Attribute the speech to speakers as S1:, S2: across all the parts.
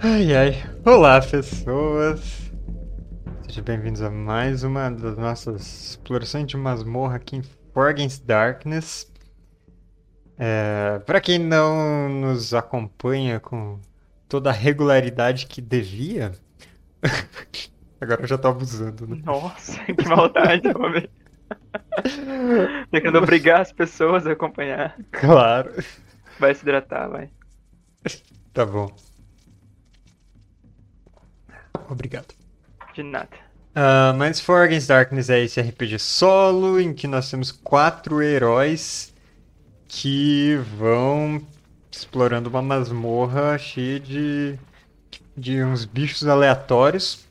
S1: Ai ai. Olá, pessoas. Sejam bem-vindos a mais uma das nossas explorações de masmorra aqui em Forgans Darkness. É, para quem não nos acompanha com toda a regularidade que devia, agora eu já tô abusando, né?
S2: Nossa, que maldade, homem. Tentando obrigar as pessoas a acompanhar.
S1: Claro.
S2: Vai se hidratar, vai.
S1: Tá bom. Obrigado.
S2: De nada.
S1: Ah, mas For Against Darkness é esse RPG solo em que nós temos quatro heróis que vão explorando uma masmorra cheia de, de uns bichos aleatórios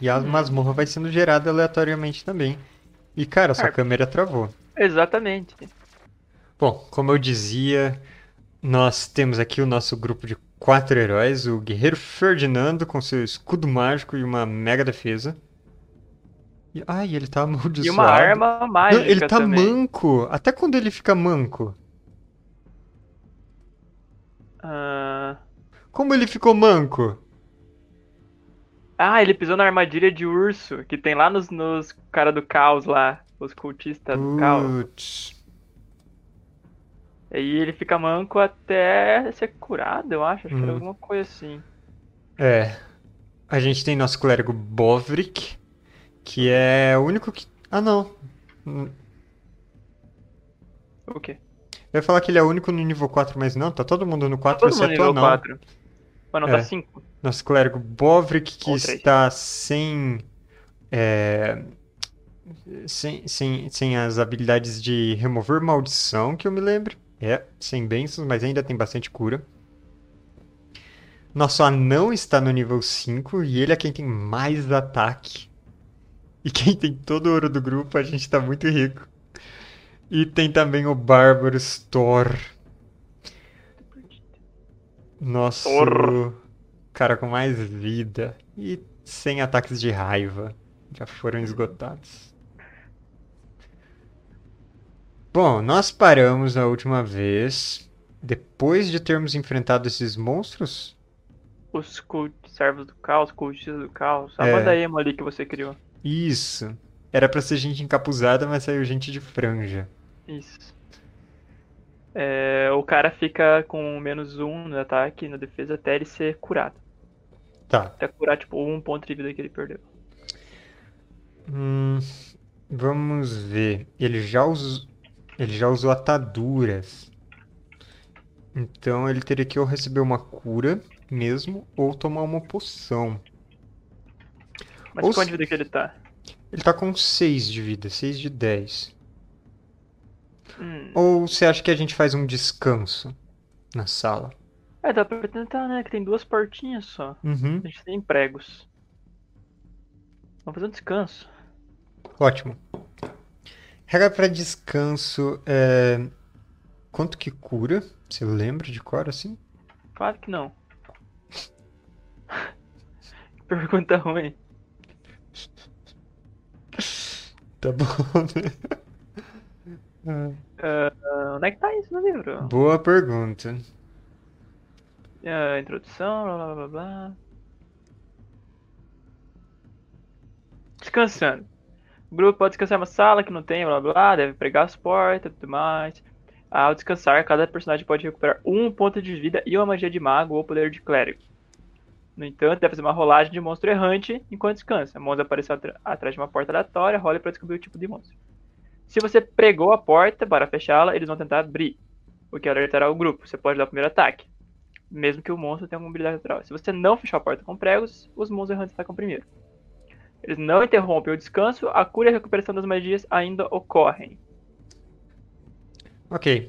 S1: e a masmorra vai sendo gerada aleatoriamente também. E cara, sua
S2: Ah.
S1: câmera travou.
S2: Exatamente.
S1: Bom, como eu dizia, nós temos aqui o nosso grupo de quatro heróis, o guerreiro Ferdinando com seu escudo mágico e uma mega defesa. E, ai, ele tá amaldiçoado.
S2: E uma arma
S1: Não,
S2: mágica
S1: ele tá
S2: também.
S1: manco. Até quando ele fica manco?
S2: Ah,
S1: Como ele ficou manco?
S2: Ah, ele pisou na armadilha de urso que tem lá nos, nos cara do caos lá. Os cultistas
S1: Hum.
S2: do Tá caos.
S1: Putz.
S2: E ele fica manco até ser curado, eu acho. Acho que
S1: Hum.
S2: era alguma coisa assim.
S1: É. A gente tem nosso clérigo Bovrik, que é o único que. Ah, não. Hum,
S2: O quê?
S1: Eu ia falar que ele é o único no nível 4, mas não, tá todo mundo no 4,
S2: Todo mundo
S1: exceto o
S2: nível
S1: anão.
S2: 4. Mas não,
S1: É.
S2: tá 5.
S1: Nosso clérigo Bovrik, que
S2: Ou três.
S1: está sem, é, sem, sem, sem as habilidades de remover maldição, que eu me lembro. É, sem bênçãos, mas ainda tem bastante cura. Nosso anão está no nível 5 e ele é quem tem mais ataque. E quem tem todo o ouro do grupo, a gente tá muito rico. E tem também o Bárbaro Thor, nosso
S2: Thor.
S1: cara com mais vida e sem ataques de raiva. Já foram esgotados. Bom, nós paramos na última vez. Depois de termos enfrentado esses monstros,
S2: Os cult... servos do caos, cultistas do caos. A
S1: É.
S2: banda emo ali que você criou.
S1: isso. Era pra ser gente encapuzada, mas saiu gente de franja.
S2: Isso. É, o cara fica com menos um no ataque, na defesa, até ele ser curado.
S1: Tá.
S2: Até curar, tipo, um ponto de vida que ele perdeu.
S1: Hum, vamos ver. Ele já usou, ele já usou ataduras. Então ele teria que ou receber uma cura mesmo ou tomar uma poção.
S2: Mas
S1: Ou
S2: quanto
S1: se-
S2: de vida que ele tá?
S1: Ele tá com 6 de vida, 6 de 10.
S2: Hum.
S1: Ou você acha que a gente faz um descanso na sala?
S2: É, dá pra tentar, né? Que tem duas portinhas só.
S1: Uhum,
S2: A gente tem pregos. Vamos fazer um descanso.
S1: ótimo. Regra pra descanso é quanto que cura? Você lembra de cor assim?
S2: Claro que não. Que Pergunta ruim.
S1: Tá bom, né?
S2: Ah, onde é que tá isso no livro?
S1: Boa pergunta.
S2: É, introdução, blá blá blá blá. Descansando. O grupo pode descansar em uma sala que não tem, blá blá, blá, deve pregar as portas e tudo mais. Ao descansar, cada personagem pode recuperar um ponto de vida e uma magia de mago ou poder de clérigo. No entanto, deve fazer uma rolagem de monstro errante enquanto descansa. Monstro aparece atra- atrás de uma porta aleatória, role para descobrir o tipo de monstro. Se você pregou a porta para fechá-la, eles vão tentar abrir, o que alertará o grupo. Você pode dar o primeiro ataque mesmo que o monstro tenha uma habilidade lateral. Se você não fechar a porta com pregos, os monstros errantes atacam primeiro. Eles não interrompem o descanso, a cura e a recuperação das magias ainda ocorrem.
S1: Ok,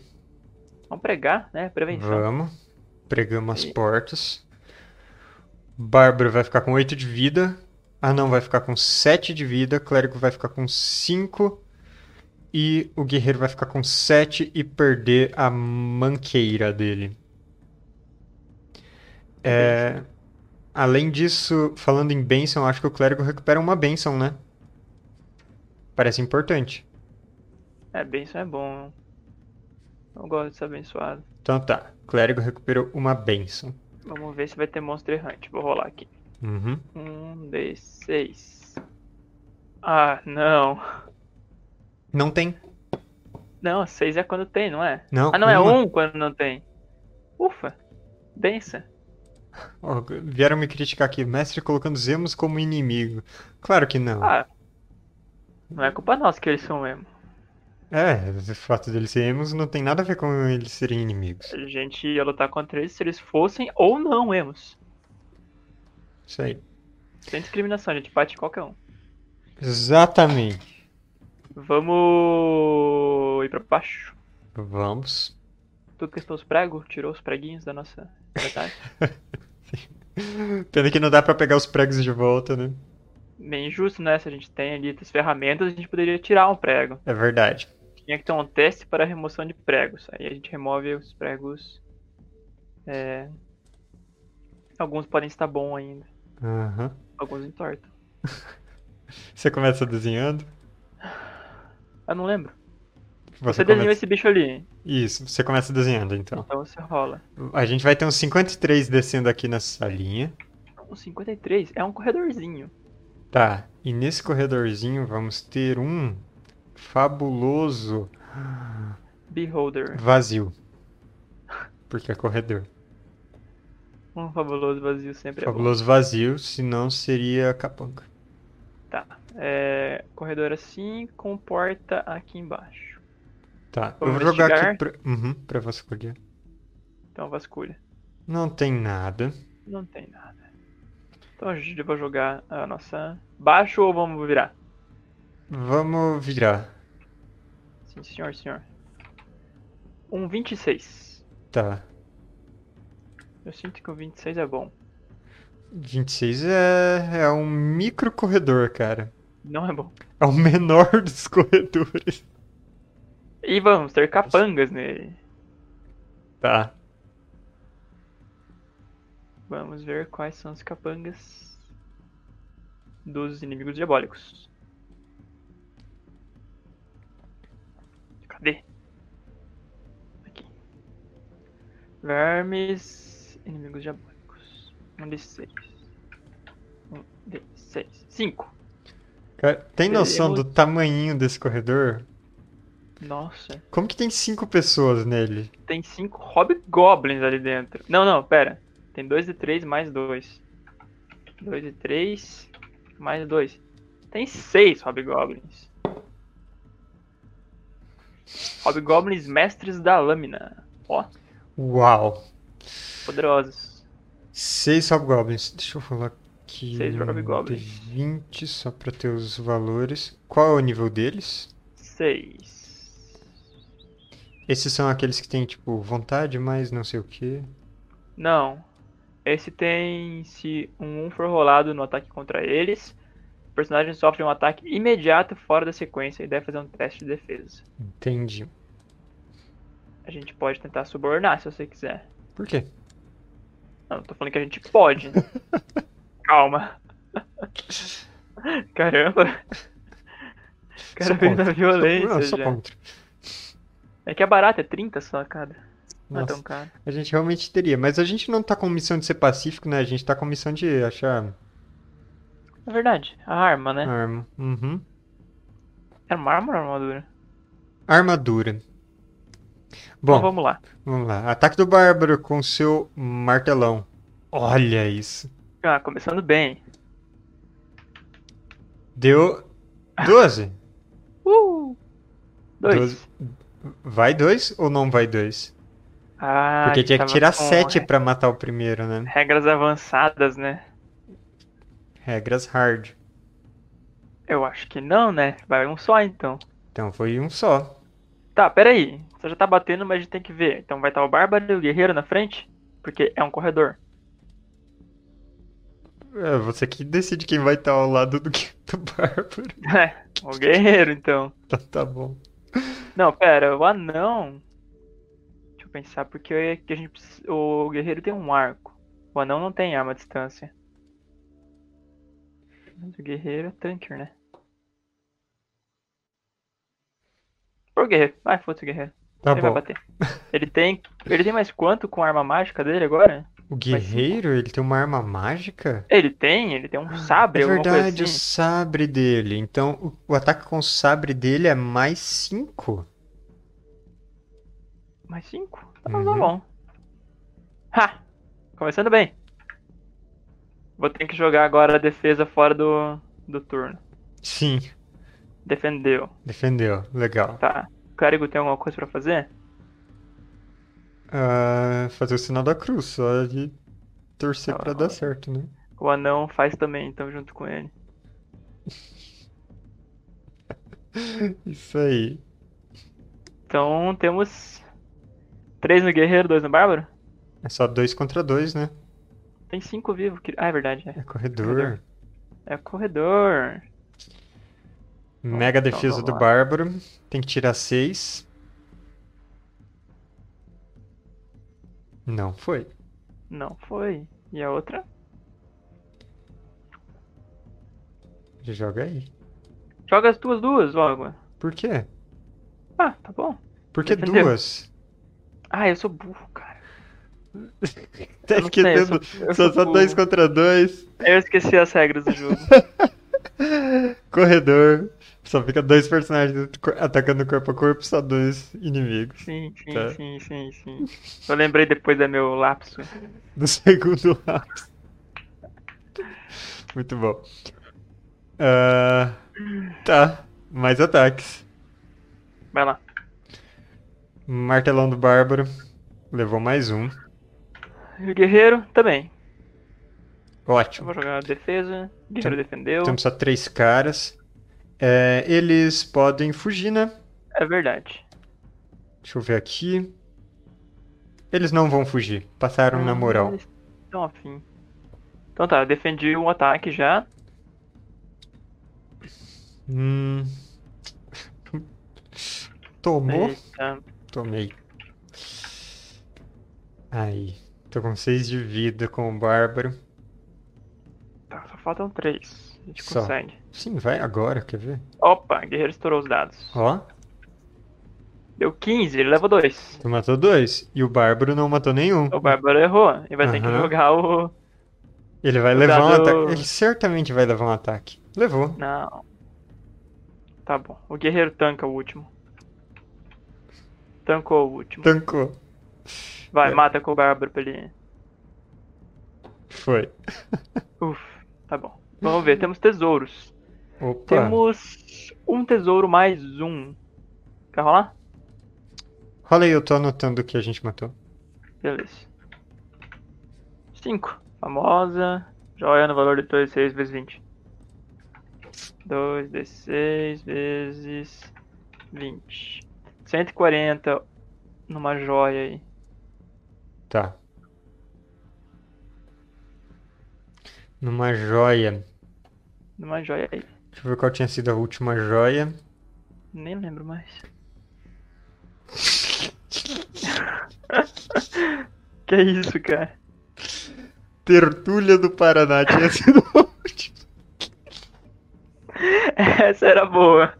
S2: Vamos pregar, né? Prevenção.
S1: vamos. Pregamos as
S2: E-
S1: portas. Bárbaro vai ficar com 8 de vida. Anão vai ficar com 7 de vida. Clérigo vai ficar com 5. E o guerreiro vai ficar com 7 e perder a manqueira dele. É, Além disso, falando em bênção, acho que o clérigo recupera uma bênção, né? Parece importante.
S2: É, benção é bom. Eu gosto de ser abençoado.
S1: Então tá, clérigo recuperou uma bênção.
S2: Vamos ver se vai ter Monster Hunt. Vou rolar aqui.
S1: Uhum.
S2: Um, dois, seis. Ah, não.
S1: Não tem.
S2: Não, seis é quando tem, não é?
S1: Não.
S2: Ah, não, é
S1: uma.
S2: um quando não tem. Ufa. Densa.
S1: Ó, vieram me criticar aqui. Mestre colocando Zemos como inimigo. Claro que não.
S2: Ah. Não é culpa nossa que eles são mesmo.
S1: É, o fato deles sermos não tem nada a ver com eles serem inimigos.
S2: A gente ia lutar contra eles se eles fossem ou não emos.
S1: Isso aí.
S2: Sem discriminação, a gente bate em qualquer um.
S1: Exatamente.
S2: Vamos ir pra baixo.
S1: Vamos.
S2: Tudo que os pregos, tirou os preguinhos da nossa verdade.
S1: Pena que não dá pra pegar os pregos de volta, né?
S2: Bem injusto, né? Se a gente tem ali as ferramentas, a gente poderia tirar um prego.
S1: É verdade.
S2: Tinha que ter um teste para remoção de pregos. Aí a gente remove os pregos. É... Alguns podem estar bons ainda,
S1: Aham.
S2: alguns entortam.
S1: Você começa desenhando?
S2: Eu não lembro.
S1: Você
S2: Você desenhou
S1: começa-
S2: esse bicho ali,
S1: Isso, você começa desenhando então.
S2: então você rola.
S1: A gente vai ter uns 53 descendo aqui nessa linha.
S2: Um 53 é um corredorzinho.
S1: Tá, e nesse corredorzinho vamos ter um fabuloso
S2: Beholder.
S1: vazio. Porque é corredor.
S2: Um fabuloso vazio sempre é bom.
S1: Fabuloso vazio, senão seria capanga.
S2: Tá. É, corredor assim, com porta aqui embaixo.
S1: Tá, eu
S2: Vamos
S1: vou jogar aqui
S2: investigar?
S1: pra, uhum, pra vasculhar.
S2: Então vasculha.
S1: Não tem nada.
S2: Não tem nada. Então a gente vai jogar a nossa. Baixo ou vamos virar?
S1: Vamos virar.
S2: Sim, senhor, senhor. Um 26.
S1: Tá.
S2: Eu sinto que o 26 é bom.
S1: 26 é, é um micro corredor, cara.
S2: Não é bom.
S1: É o menor dos corredores.
S2: E vamos ter capangas nele.
S1: Tá.
S2: Vamos ver quais são os capangas dos inimigos diabólicos. Cadê? Aqui. Vermes, inimigos diabólicos. Um de seis. Um de seis. Cinco.
S1: Cara, tem noção
S2: Teremos-
S1: do tamanhinho desse corredor?
S2: Nossa.
S1: Como que tem cinco pessoas nele?
S2: Tem cinco hobgoblins ali dentro. Não, não, pera. Tem dois de três mais dois. Dois de três mais dois. Tem seis hobgoblins. Hobgoblins mestres da lâmina. Ó,
S1: Uau!
S2: poderosos.
S1: Seis Hobgoblins. Deixa eu falar aqui.
S2: Seis Hobgoblins.
S1: D20 só pra ter os valores. Qual é o nível deles?
S2: Seis.
S1: Esses são aqueles que têm, tipo, vontade, mas não sei o quê.
S2: Não. Esse tem, se um 1 for rolado no ataque contra eles, o personagem sofre um ataque imediato fora da sequência e deve fazer um teste de defesa.
S1: Entendi.
S2: A gente pode tentar subornar se você quiser.
S1: Por quê?
S2: Não, tô falando que a gente pode. né? Calma. Caramba. O cara
S1: Sou
S2: veio
S1: contra.
S2: na
S1: Sou- não,
S2: violência
S1: sou
S2: já. Ah,
S1: contra.
S2: É que é barato, é 30 só, cara. Não
S1: Nossa.
S2: é tão caro.
S1: A gente realmente teria, mas a gente não tá com missão de ser pacífico, né? A gente tá com missão de achar
S2: É verdade, a arma, né?
S1: arma. Uhum.
S2: É uma arma ou uma armadura?
S1: Armadura.
S2: Então
S1: Bom,
S2: vamos lá.
S1: vamos lá. Ataque do Bárbaro com seu martelão. Olha isso.
S2: Ah, começando bem.
S1: Deu 12.
S2: Uh! Dois.
S1: Doze. Vai 2 ou não vai 2?
S2: Ah, a
S1: Porque
S2: gente
S1: tinha que
S2: tava
S1: tirar
S2: com
S1: 7 pra matar o primeiro, né?
S2: Regras avançadas, né?
S1: Regras hard.
S2: Eu acho que não, né? Vai um só então.
S1: Então foi um só.
S2: Tá, peraí. Você já tá batendo, mas a gente tem que ver. Então vai estar o Bárbaro e o Guerreiro na frente? Porque é um corredor.
S1: É você que decide quem vai estar ao lado do, que- do Bárbaro.
S2: É, o guerreiro, então.
S1: Tá, tá bom.
S2: Não, pera, o anão. Deixa eu pensar, porque é que a gente precisa- o guerreiro tem um arco. O anão não tem arma à distância. Mas o guerreiro é tanker, né? Pô, o guerreiro. Vai, foda-se o guerreiro.
S1: Tá
S2: ele
S1: bom.
S2: vai bater. Ele tem. Ele tem mais quanto com a arma mágica dele agora?
S1: O guerreiro, ele tem uma arma mágica?
S2: Ele tem, ele tem um sabre,
S1: É
S2: alguma coisa
S1: verdade, o
S2: assim.
S1: sabre dele. Então, o- o ataque com o sabre dele é mais 5.
S2: Mais cinco? Tá,
S1: Uhum.
S2: tá bom. Ha! Começando bem. Vou ter que jogar agora a defesa fora do, do turno.
S1: Sim,
S2: Defendeu,
S1: defendeu. Legal.
S2: tá. O clérigo tem alguma coisa pra fazer?
S1: Ah, fazer o sinal da cruz, só de torcer
S2: Tá,
S1: pra
S2: ó.
S1: dar certo, né?
S2: O anão faz também, então, junto com ele.
S1: Isso aí.
S2: Então, temos... Três no guerreiro, dois no bárbaro?
S1: É só dois contra dois, né?
S2: Tem cinco vivos. que- Ah, é verdade, é.
S1: É corredor.
S2: Corredor. É corredor.
S1: Mega
S2: Então,
S1: defesa
S2: vamos
S1: do
S2: lá.
S1: Bárbaro. Tem que tirar seis. Não foi.
S2: Não foi. E a outra?
S1: Joga aí.
S2: Joga as tuas duas logo.
S1: Por quê?
S2: Ah, tá bom.
S1: Por que
S2: Defendeu.
S1: duas?
S2: Ah, eu sou burro, cara.
S1: Tá
S2: Eu não sei, eu
S1: esquecendo.
S2: sou- eu
S1: Só
S2: sou
S1: só
S2: burro.
S1: dois contra dois.
S2: Eu esqueci as regras do jogo.
S1: Corredor. Só fica dois personagens co- atacando corpo a corpo, só dois inimigos.
S2: Sim, sim,
S1: Tá.
S2: sim, sim, sim. Eu lembrei depois do meu lapso.
S1: No segundo lapso. Muito bom. Ah, tá. Mais ataques.
S2: Vai lá.
S1: Martelão do Bárbaro. Levou mais um.
S2: E o guerreiro também. Eu
S1: Ótimo.
S2: vou jogar a defesa. O guerreiro defendeu.
S1: Temos só três caras. É, eles podem fugir, né?
S2: É verdade.
S1: Deixa eu ver aqui. Eles não vão fugir. Passaram um na moral.
S2: Eles Estão afim. Então tá, eu defendi um ataque já.
S1: Hum. Tomou?
S2: Eita.
S1: Tomei. Aí. Tô com seis de vida com o Bárbaro.
S2: Tá, só faltam três. A gente
S1: Só.
S2: consegue.
S1: Sim, vai agora, quer ver?
S2: Opa, guerreiro estourou os dados.
S1: Ó,
S2: Deu 15, ele leva dois.
S1: tu matou dois. E o Bárbaro não matou nenhum.
S2: O Bárbaro errou. Ele vai ter que
S1: Aham.
S2: jogar o.
S1: Ele vai
S2: o
S1: levar um
S2: dado-
S1: ataque. Ele certamente vai levar um ataque. Levou.
S2: Não. Tá bom. O guerreiro tanca o último. Tancou o último.
S1: Tancou.
S2: Vai,
S1: É.
S2: mata com o Bárbaro pra ele.
S1: Foi.
S2: Uf, tá bom. Vamos ver, temos tesouros.
S1: Opa.
S2: Temos um tesouro mais um. Quer rolar?
S1: Rola aí, eu tô anotando o que a gente matou.
S2: Beleza. Cinco. Famosa. Joia no valor de 2D6 vezes 20. 2D6 vezes 20. 140 numa joia aí.
S1: Tá. Numa joia.
S2: Numa joia aí.
S1: Deixa eu ver qual tinha sido a última joia.
S2: Nem lembro mais. que isso, cara?
S1: Tertúlia do Paraná tinha sido a última.
S2: Essa era boa.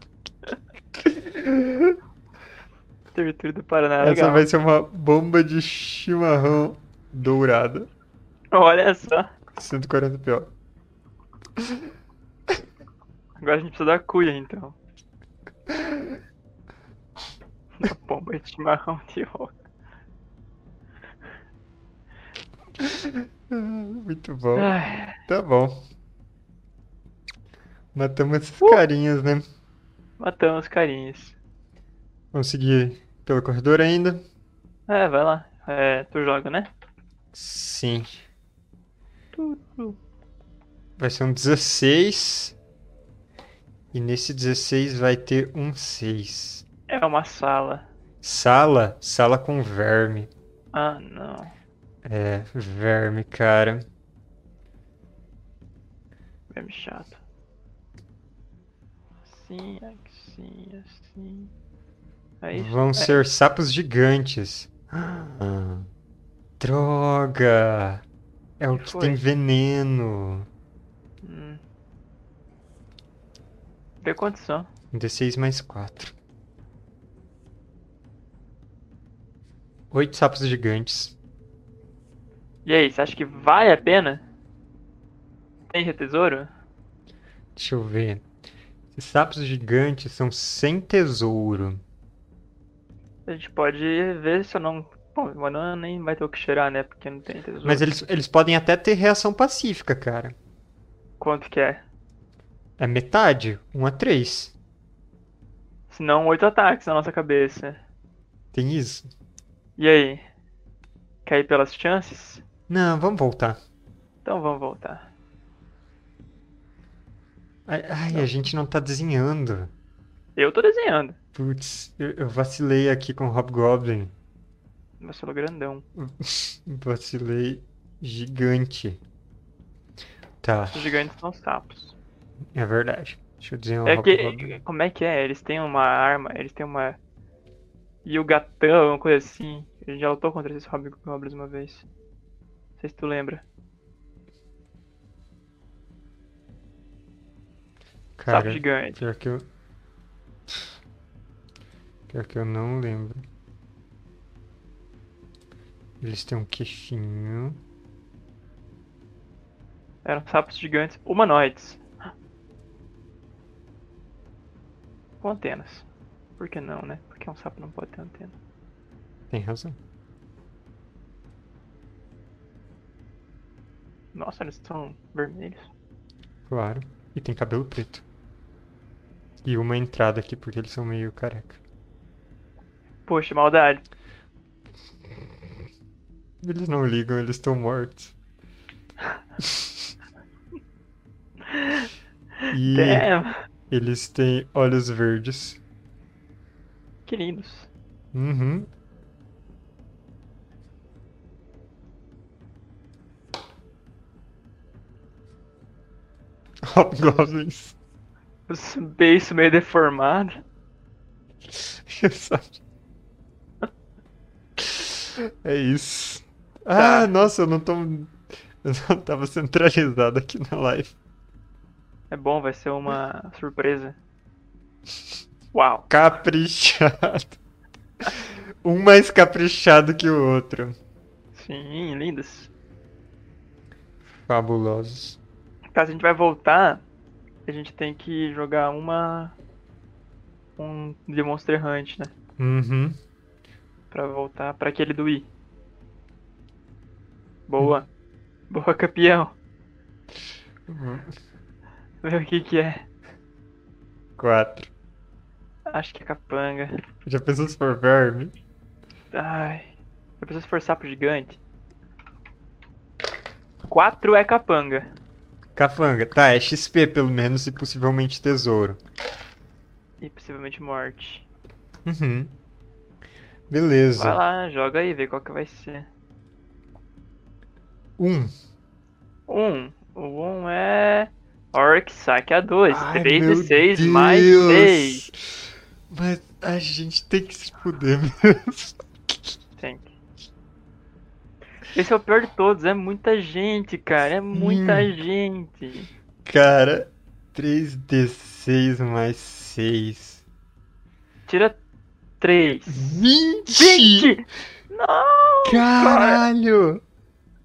S2: Tortura do Paraná.
S1: Essa
S2: Tá Legal.
S1: vai ser uma bomba de chimarrão dourada.
S2: Olha só.
S1: 140 PO.
S2: Agora a gente precisa da cuia, então. Da bomba de chimarrão de ouro.
S1: Ah, Muito bom.
S2: Ai,
S1: Tá bom. Matamos esses
S2: Uh!
S1: carinhas, né?
S2: Matamos os carinhas.
S1: Vamos seguir pelo corredor ainda?
S2: É, vai lá. É, tu joga, né?
S1: Sim.
S2: Tu, tu.
S1: Vai ser um 16. E nesse 16 vai ter um 6.
S2: É uma sala.
S1: Sala? Sala com verme.
S2: Ah, não.
S1: É, verme, cara.
S2: Verme chato. Assim, assim, assim. É isso?
S1: Vão
S2: É.
S1: ser sapos gigantes. Ah, droga! É o
S2: Que
S1: que
S2: foi?
S1: tem veneno.
S2: Hum. Vê quantos são.
S1: Um D6 mais 4. Oito sapos gigantes.
S2: E aí, você acha que vale a pena? Tem tesouro?
S1: Deixa eu ver. Esses sapos gigantes são sem tesouro.
S2: A gente pode ver se eu não. Bom, mas não nem vai ter o que cheirar, né? Porque não tem tesouro.
S1: Mas eles, eles podem até ter reação pacífica, cara.
S2: Quanto que é?
S1: É metade, 1 a 3.
S2: Se não, oito ataques na nossa cabeça.
S1: Tem isso?
S2: E aí? Cair pelas chances?
S1: Não, vamos voltar.
S2: Então vamos voltar.
S1: Ai, ai, a gente não tá desenhando.
S2: Eu tô desenhando.
S1: Putz, eu, eu vacilei aqui com o Hobgoblin.
S2: Marcelo grandão.
S1: Vacilei gigante. Tá,
S2: Os gigantes são sapos.
S1: é verdade. Deixa eu desenhar o
S2: É
S1: Hobgoblin.
S2: que. Como é que é? Eles têm uma arma, eles têm uma. E o gatão, uma coisa assim. A gente já lutou contra esses hobgoblins uma vez. Não sei se tu lembra. Sapo
S1: Cara,
S2: gigante.
S1: pior que eu... Pior que eu não lembro. Eles têm um queixinho.
S2: Eram sapos gigantes humanoides. Com antenas. Por que não, né? Porque um sapo não pode ter antena.
S1: Tem razão.
S2: Nossa, eles são vermelhos.
S1: Claro. E tem cabelo preto. E uma entrada aqui, porque eles são meio careca.
S2: Poxa, maldade.
S1: Eles não ligam, eles estão mortos. e
S2: Damn.
S1: eles têm olhos verdes.
S2: Que lindos.
S1: Uhum. Hobgoblins.
S2: Os beiços meio deformados.
S1: Exato. É isso. Ah,
S2: Tá.
S1: nossa, eu não tô. Eu não tava centralizado aqui na live.
S2: É bom, vai ser uma surpresa. Uau.
S1: Caprichado. Um mais caprichado que o outro.
S2: Sim, lindas.
S1: Fabulosos.
S2: Caso a gente vai voltar, a gente tem que jogar uma. Um Demonster Hunt, né?
S1: Uhum.
S2: Pra voltar pra aquele do I. Boa. Boa, campeão. Vê o que que é.
S1: Quatro.
S2: Acho que é capanga.
S1: Já pensou se for verme?
S2: Ai. Eu preciso forçar pro gigante. 4 é capanga.
S1: Cafanga. Tá, é XP pelo menos e possivelmente tesouro.
S2: E possivelmente morte.
S1: Uhum. Beleza.
S2: Vai lá, joga aí, vê qual que vai ser.
S1: Um.
S2: Um. O um é. Orc saque 2.
S1: Ai,
S2: 3 e
S1: meu
S2: 6 mais
S1: Deus.
S2: 6.
S1: Mas a gente tem que se fuder mesmo.
S2: Tem. Esse é o pior de todos. É muita gente, cara. É muita
S1: Hum.
S2: gente.
S1: Cara, 3D6 mais 6.
S2: Tira 3.
S1: 20!
S2: Não!
S1: Caralho!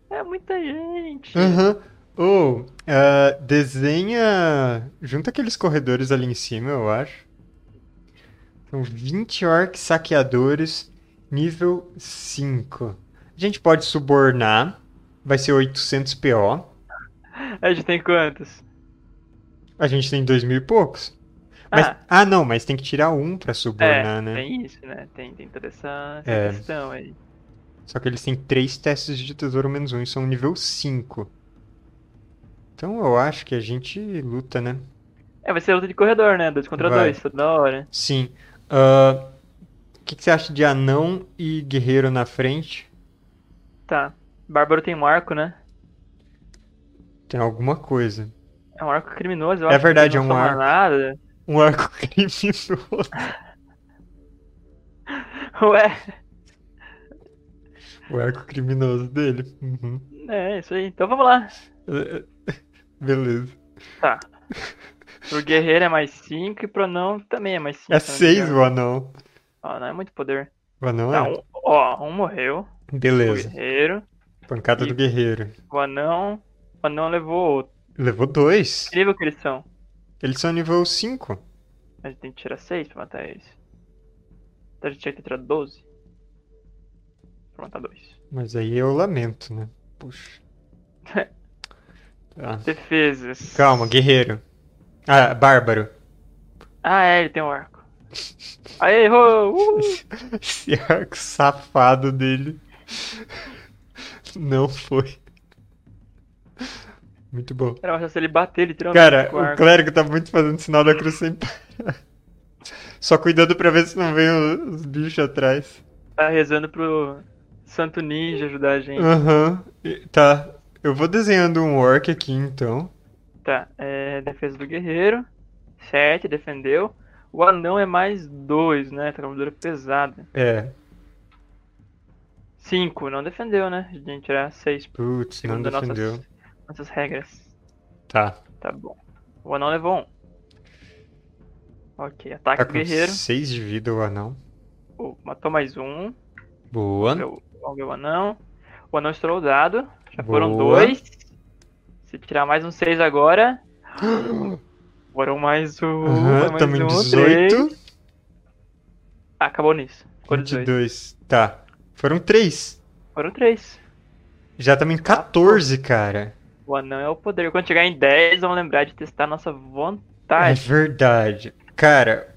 S2: É muita gente.
S1: Aham. Ou, ah, desenha. Junta aqueles corredores ali em cima, eu acho. São 20 orcs saqueadores, nível 5. A gente pode subornar, vai ser 800 PO.
S2: A gente tem quantos?
S1: A gente tem 2 mil e poucos. Mas,
S2: Ah.
S1: ah. não, mas tem que tirar um pra subornar,
S2: é,
S1: né?
S2: tem isso, né? Tem, tem toda essa, essa
S1: É.
S2: questão aí.
S1: Só que eles têm três testes de tesouro menos um, e são nível 5. Então eu acho que a gente luta, né?
S2: É, vai ser luta de corredor, né? Dois contra
S1: Vai.
S2: dois, toda hora.
S1: Sim. Ah, O que, que você acha de anão e guerreiro na frente?
S2: Tá. Bárbaro tem um arco, né?
S1: Tem alguma coisa.
S2: É um arco criminoso, eu
S1: É
S2: acho que ele
S1: verdade,
S2: não
S1: é um
S2: soma
S1: arco.
S2: nada.
S1: Um arco criminoso.
S2: Ué,
S1: o arco criminoso dele. Uhum.
S2: é isso aí. Então vamos lá.
S1: Eh, eh, Beleza.
S2: Tá. Pro guerreiro é mais 5 e pro anão também é mais 5.
S1: É seis o anão.
S2: Ó, não é muito poder.
S1: O anão
S2: Tá,
S1: é?
S2: um, ó, um morreu. O
S1: Beleza.
S2: guerreiro.
S1: Pancada
S2: E-
S1: do guerreiro.
S2: O anão, o anão levou outro.
S1: Levou dois.
S2: Que nível que eles são?
S1: Eles são nível 5.
S2: A gente tem que tirar 6 pra matar eles. Então a gente tinha que tirar 12 pra matar 2.
S1: Mas aí eu lamento, né? Puxa. Tá.
S2: Defesas.
S1: Calma, guerreiro. Ah, bárbaro.
S2: Ah, é, ele tem um arco. Aê, errou! Uhul!
S1: Esse arco safado dele. Não foi. Muito bom.
S2: Era mais fácil ele bater, ele tirou
S1: Cara,
S2: com o
S1: o
S2: arco.
S1: clérigo tá muito fazendo sinal da cruz sem parar. Só cuidando pra ver se não vem o- os bichos atrás.
S2: Tá rezando pro Santo Ninja ajudar a gente.
S1: Aham. E- Tá. Eu vou desenhando um orc aqui então.
S2: Tá, é, defesa do guerreiro. 7, defendeu. O anão é mais 2, né? Tá com a armadura pesada.
S1: É.
S2: 5, não defendeu, né? A gente tem que tirar 6
S1: Putz, não
S2: segundo
S1: defendeu.
S2: nossas, nossas regras.
S1: Tá.
S2: Tá bom. O anão levou um. Ok, ataque
S1: Tá
S2: do
S1: com
S2: guerreiro.
S1: 6 de vida o anão.
S2: Oh, matou mais um.
S1: Boa.
S2: Meu, vamos ver o anão. O anão estourou o dado. Já foram
S1: Boa.
S2: dois. Se tirar mais um seis agora. Foram mais um.
S1: Aham,
S2: mais
S1: tamo em
S2: um, três.
S1: 18.
S2: Ah, acabou nisso. Foram 18.
S1: 22. Tá. Foram 3.
S2: Foram três.
S1: Já estamos em 14, cara.
S2: O anão é o poder. Quando chegar em 10, vamos lembrar de testar nossa
S1: É
S2: vontade.
S1: verdade. Cara.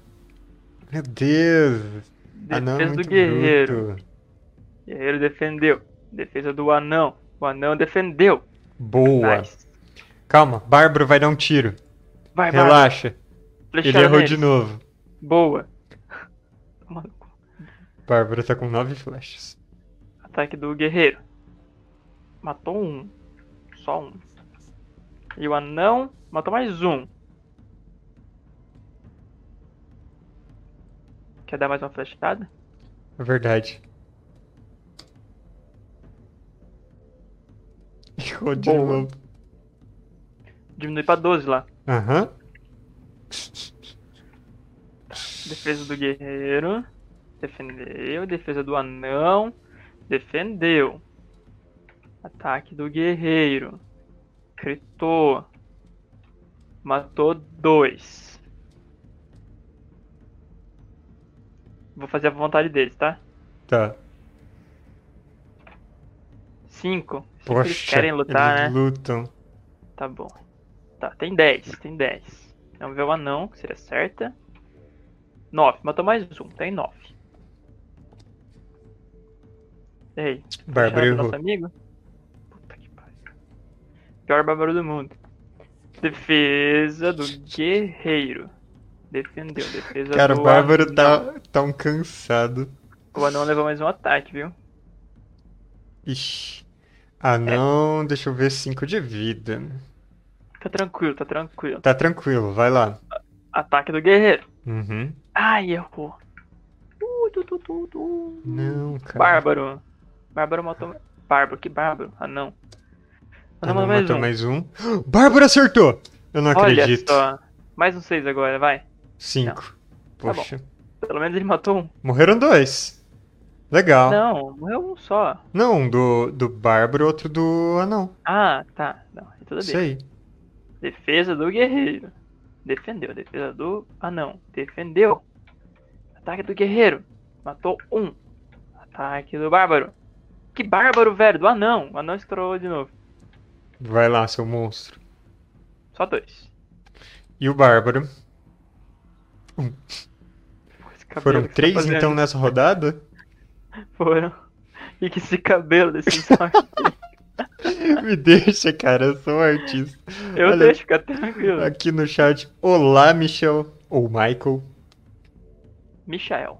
S1: Meu Deus. Ah, não,
S2: Defesa
S1: muito
S2: do guerreiro.
S1: bruto.
S2: Guerreiro defendeu. Defesa do anão. O anão defendeu.
S1: Boa.
S2: Nice.
S1: Calma, Bárbaro vai dar um tiro.
S2: Vai, vai.
S1: Relaxa. Ele
S2: Flecharam
S1: errou
S2: nele.
S1: de novo.
S2: Boa. Toma no cu.
S1: Bárbaro tá com 9 flechas.
S2: Ataque do guerreiro. Matou um. Só um. E o anão matou mais um. Quer dar mais uma flechada?
S1: É verdade. Errou de
S2: Boa.
S1: novo.
S2: Diminui pra 12 lá.
S1: Aham.
S2: Defesa do guerreiro. Defendeu. Defesa do anão. Defendeu. Ataque do guerreiro. Critou. Matou dois. Vou fazer a vontade deles, tá?
S1: Tá.
S2: Cinco. Se
S1: Poxa.
S2: eles querem lutar,
S1: eles
S2: né?
S1: lutam.
S2: Tá bom. Tá, tem 10, tem 10. Vamos ver o anão, que seria certa. 9, matou mais um, tem 9. Ei,
S1: Bárbaro
S2: fechado,
S1: errou.
S2: é nosso amigo? Puta que pariu. Pior bárbaro do mundo. Defesa do guerreiro. Defendeu, defesa
S1: Cara,
S2: do
S1: o Bárbaro
S2: anão.
S1: tá, tá um cansado.
S2: O anão levou mais um ataque, viu?
S1: Ixi.
S2: É.
S1: Ah, não. Deixa eu ver 5 de vida.
S2: Tá tranquilo, tá tranquilo.
S1: Tá tranquilo, vai lá.
S2: Ataque do guerreiro.
S1: Uhum.
S2: Ai, errou. Uh, tu, tu, tu, tu.
S1: Não, cara.
S2: Bárbaro. Bárbaro matou. Bárbaro, que bárbaro? Ah, não.
S1: Ah,
S2: Matou
S1: não,
S2: mais
S1: matou
S2: um.
S1: mais um. Bárbaro acertou! Eu não
S2: Olha
S1: acredito.
S2: só. Mais um 6 agora, vai.
S1: 5.
S2: Tá bom.
S1: Poxa.
S2: Pelo menos ele matou um.
S1: Morreram dois. Legal.
S2: Não, morreu um só.
S1: Não, um do, do Bárbaro, outro do anão.
S2: Ah, tá. Não, é tudo bem.
S1: Isso aí.
S2: Defesa do guerreiro. Defendeu. Defesa do anão. Defendeu. Ataque do guerreiro. Matou um. Ataque do bárbaro. Que bárbaro, velho. Do anão. O anão estourou de novo.
S1: Vai lá, seu monstro.
S2: Só dois.
S1: E o Bárbaro.
S2: Pô, esse cabelo
S1: Foram
S2: que você tá
S1: três
S2: fazendo.
S1: então nessa rodada?
S2: Foram. E que esse cabelo desse sorte.
S1: Me deixa, cara, eu sou um artista.
S2: Eu
S1: Olha,
S2: deixo, fica tranquilo.
S1: Aqui no chat. Olá, Michel. Ou Michael.
S2: Michael.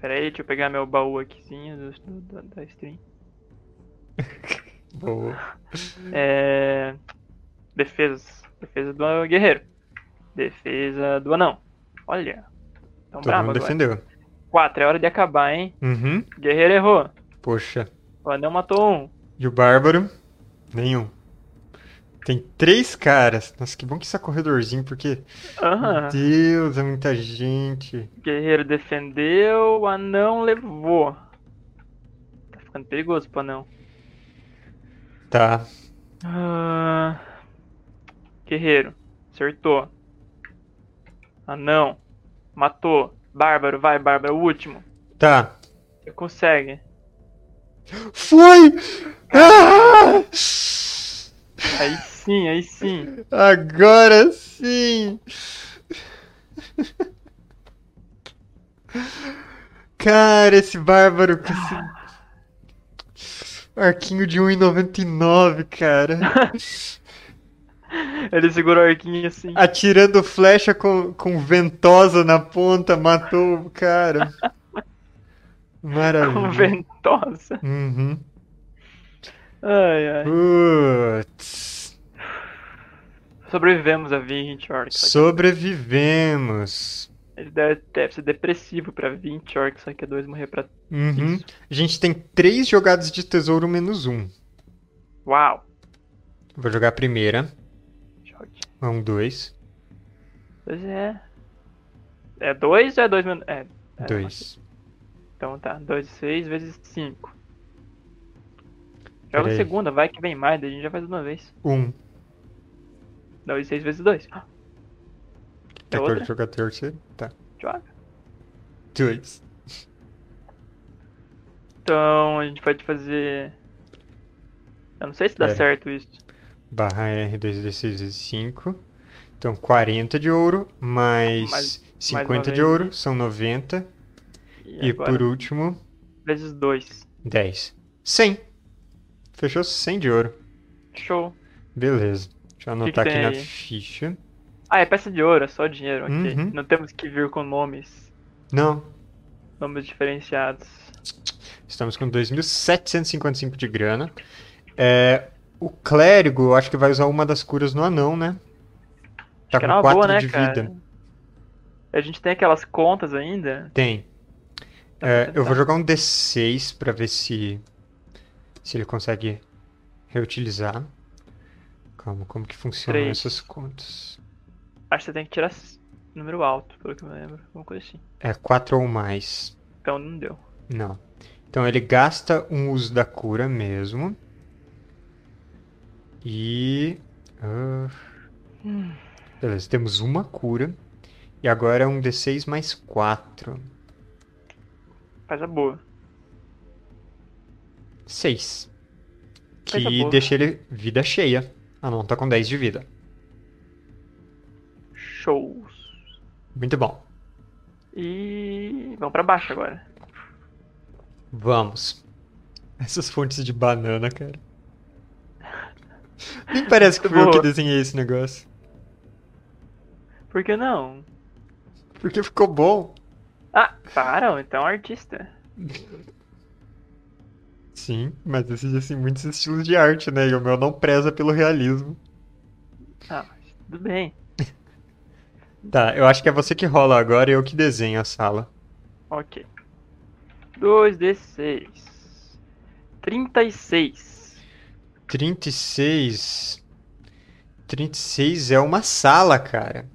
S2: Pera aí, deixa eu pegar meu baú aquizinho do, do- da- da stream.
S1: Boa.
S2: É... Defesas. Defesa do guerreiro. Defesa do anão. Olha. Tão
S1: Todo
S2: bravo
S1: mundo
S2: agora.
S1: defendeu.
S2: 4, é hora de acabar, hein?
S1: Uhum.
S2: Guerreiro errou.
S1: Poxa.
S2: O anão matou um.
S1: E o Bárbaro? Nenhum. Tem três caras. Nossa, que bom que isso é corredorzinho, porque.
S2: Aham.
S1: Meu Deus, é muita gente.
S2: Guerreiro defendeu, o anão levou. Tá ficando perigoso pra não.
S1: Tá.
S2: Ah, guerreiro. Acertou. Anão. Matou. Bárbaro, vai, Bárbaro, é o último.
S1: Tá.
S2: Você consegue.
S1: Foi! Ah!
S2: Aí sim, aí sim.
S1: Agora sim! Cara, esse bárbaro com esse arquinho de 1,99, cara.
S2: Ele segurou o arquinho assim.
S1: Atirando flecha com, com ventosa na ponta, matou o cara.
S2: Com
S1: Maravilha.
S2: ventosa.
S1: Uhum.
S2: Ai, ai.
S1: Putz.
S2: Sobrevivemos a 20 orcs.
S1: Sobrevivemos.
S2: Ele deve, deve ser depressivo pra 20 orcs, só que é dois morrer pra
S1: Uhum.
S2: isso.
S1: A gente tem três jogadas de tesouro menos um.
S2: Uau!
S1: Vou jogar a primeira.
S2: Jogue.
S1: Um, dois.
S2: Dois é. É 2 ou é 2 menos. É. é,
S1: Dois.
S2: Então tá, 2 6 vezes 5. Joga
S1: Peraí.
S2: a segunda, vai que vem mais, daí a gente já faz de uma vez.
S1: Um.
S2: 2 6 vezes 2.
S1: Tá
S2: É
S1: quero
S2: outra?
S1: jogar a terceira? Tá.
S2: Joga.
S1: Dois.
S2: Então a gente pode fazer. Eu não sei se dá
S1: Pera.
S2: certo isso.
S1: Barra R2D6 vezes 5. Então 40 de ouro, mais,
S2: Mais-
S1: 50 de
S2: vez.
S1: ouro, são 90. E,
S2: E, agora,
S1: por último,
S2: vezes 2.
S1: 10. 100. Fechou 100 de ouro.
S2: Show.
S1: Beleza. Deixa eu
S2: que
S1: anotar
S2: tem
S1: aqui na
S2: aí?
S1: ficha.
S2: Ah, é peça de ouro, é só dinheiro, ok.
S1: Uhum.
S2: Não temos que vir com nomes.
S1: Não,
S2: Nomes diferenciados.
S1: estamos com 2.755 de grana. É, o clérigo, eu acho que vai usar uma das curas no anão, né? Tá
S2: Acho que
S1: com
S2: era uma
S1: 4
S2: boa, né,
S1: de
S2: cara?
S1: vida.
S2: A gente tem aquelas contas ainda.
S1: Tem.
S2: Dá
S1: É,
S2: pra
S1: eu vou
S2: Tá tentar.
S1: jogar um D6 pra ver se se ele consegue reutilizar. Calma, como que funcionam
S2: Três.
S1: essas contas?
S2: Acho que você tem que tirar s- número alto, pelo que eu me lembro. Alguma coisa assim.
S1: É 4 ou mais.
S2: Então não deu.
S1: Não. Então ele gasta um uso da cura mesmo. E. ah,
S2: Hum.
S1: beleza, temos uma cura. E agora é um D6 mais 4.
S2: Faz a boa.
S1: 6.
S2: Coisa
S1: Que
S2: boa.
S1: deixa ele vida cheia. Ah não, tá com 10 de vida.
S2: Shows.
S1: Muito bom.
S2: E vamos pra baixo agora.
S1: Vamos. Essas fontes de banana, cara. Nem parece que
S2: Muito
S1: foi eu que
S2: boa.
S1: desenhei esse negócio.
S2: Por que não?
S1: Porque ficou bom.
S2: Ah, para, então artista.
S1: Sim, mas existem muitos estilos de arte, né? E o meu não preza pelo realismo.
S2: Ah, mas tudo bem.
S1: Tá, eu acho que é você que rola agora e eu que desenho a sala.
S2: Ok. 2d6. 36.
S1: 36. 36 é uma sala, cara.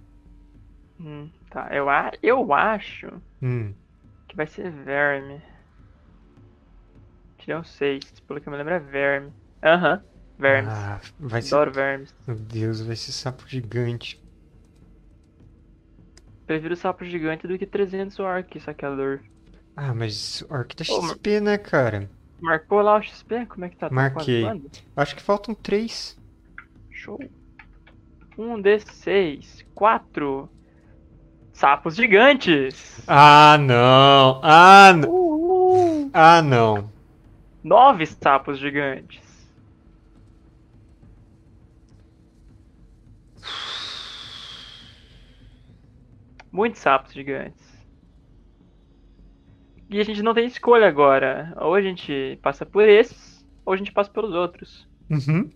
S2: Hum, tá, eu, a- eu acho
S1: Hum,
S2: que vai ser verme. Tirei um 6, pelo que eu me lembro é verme. Aham, vermes.
S1: Ah, vai ser.
S2: Adoro vermes.
S1: Meu Deus, vai ser sapo gigante.
S2: Prefiro sapo gigante do que 300 orc, saqueador.
S1: Ah, mas o Orc tá
S2: Ô, mas-
S1: XP, né, cara?
S2: Marcou lá o XP? Como é que tá? Tá
S1: Marquei.
S2: quase quando?
S1: Acho que faltam três.
S2: Show. 1d6, 4. Sapos gigantes.
S1: Ah, não. Ah, não.
S2: Uhul.
S1: Ah, não.
S2: 9 sapos gigantes. Muitos sapos gigantes. E a gente não tem escolha agora. Ou a gente passa por esses, ou a gente passa pelos outros.
S1: Uhum.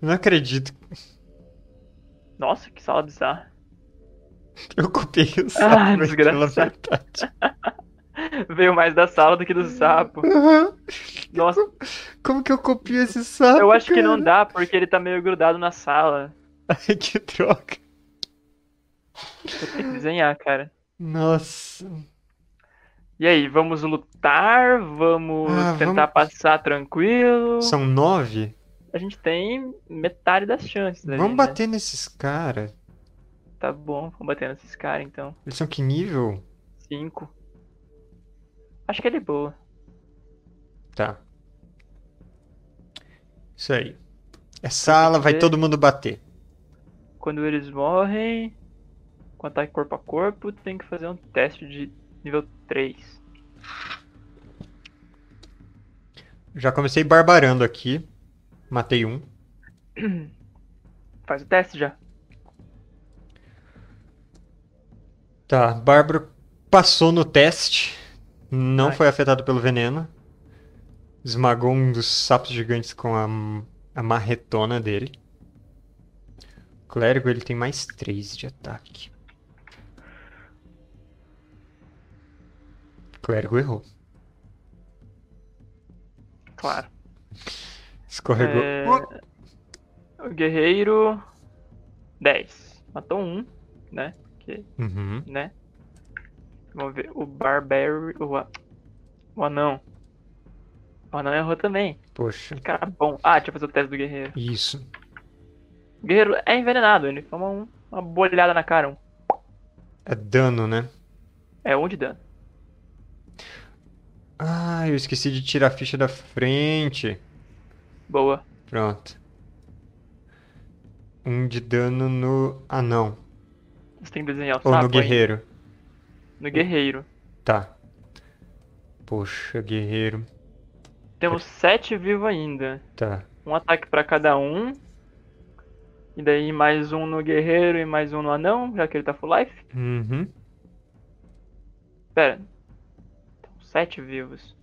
S1: Não acredito que
S2: Nossa, que sala bizarra.
S1: eu copiei o sapo.
S2: Ah,
S1: mas pela
S2: desgraçado.
S1: verdade.
S2: Veio mais da sala do que do sapo.
S1: Uhum.
S2: Nossa,
S1: Como que eu copio esse sapo?
S2: eu acho que não
S1: cara?
S2: dá porque ele tá meio grudado na sala.
S1: Ai, que troca.
S2: Vou ter que desenhar, cara.
S1: Nossa.
S2: E aí, vamos lutar? Vamos
S1: Ah, vamos-
S2: tentar passar tranquilo?
S1: São nove?
S2: A gente tem metade das chances ali,
S1: Vamos
S2: né?
S1: bater nesses caras.
S2: Tá bom, vamos bater nesses caras então.
S1: Eles são que nível?
S2: Cinco. Acho que é de boa.
S1: Tá. Isso aí. É sala, vai
S2: ver.
S1: todo mundo bater.
S2: Quando eles morrem, com ataque corpo a corpo, tem que fazer um teste de nível 3.
S1: Já comecei barbarando aqui. Matei um.
S2: Faz o teste já.
S1: Tá, Bárbaro passou no teste. Não
S2: Ai.
S1: foi afetado pelo veneno. Esmagou um dos sapos gigantes com a, a marretona dele. O clérigo ele tem mais 3 de ataque. O clérigo errou.
S2: Claro.
S1: Escorregou.
S2: É,
S1: Uh!
S2: O guerreiro. 10. Matou um, né? Que,
S1: Uhum.
S2: né? Vamos ver. O Barbary. O, a- o anão. O anão errou também.
S1: Poxa.
S2: Que cara bom. Ah, deixa eu fazer o teste do guerreiro.
S1: Isso.
S2: O guerreiro é envenenado, ele toma um- uma bolhada na cara. Um.
S1: É dano, né?
S2: É um de dano.
S1: Ah, eu esqueci de tirar a ficha da frente.
S2: Boa.
S1: Pronto. Um de dano no anão.
S2: Você tem que desenhar o
S1: Ou
S2: sapo
S1: no
S2: aí.
S1: guerreiro.
S2: No guerreiro.
S1: Tá. Poxa, guerreiro.
S2: Temos sete vivos ainda.
S1: Tá.
S2: Um ataque pra cada um. E daí mais um no guerreiro e mais um no anão, já que ele tá full life.
S1: Uhum.
S2: Pera. Então, sete vivos.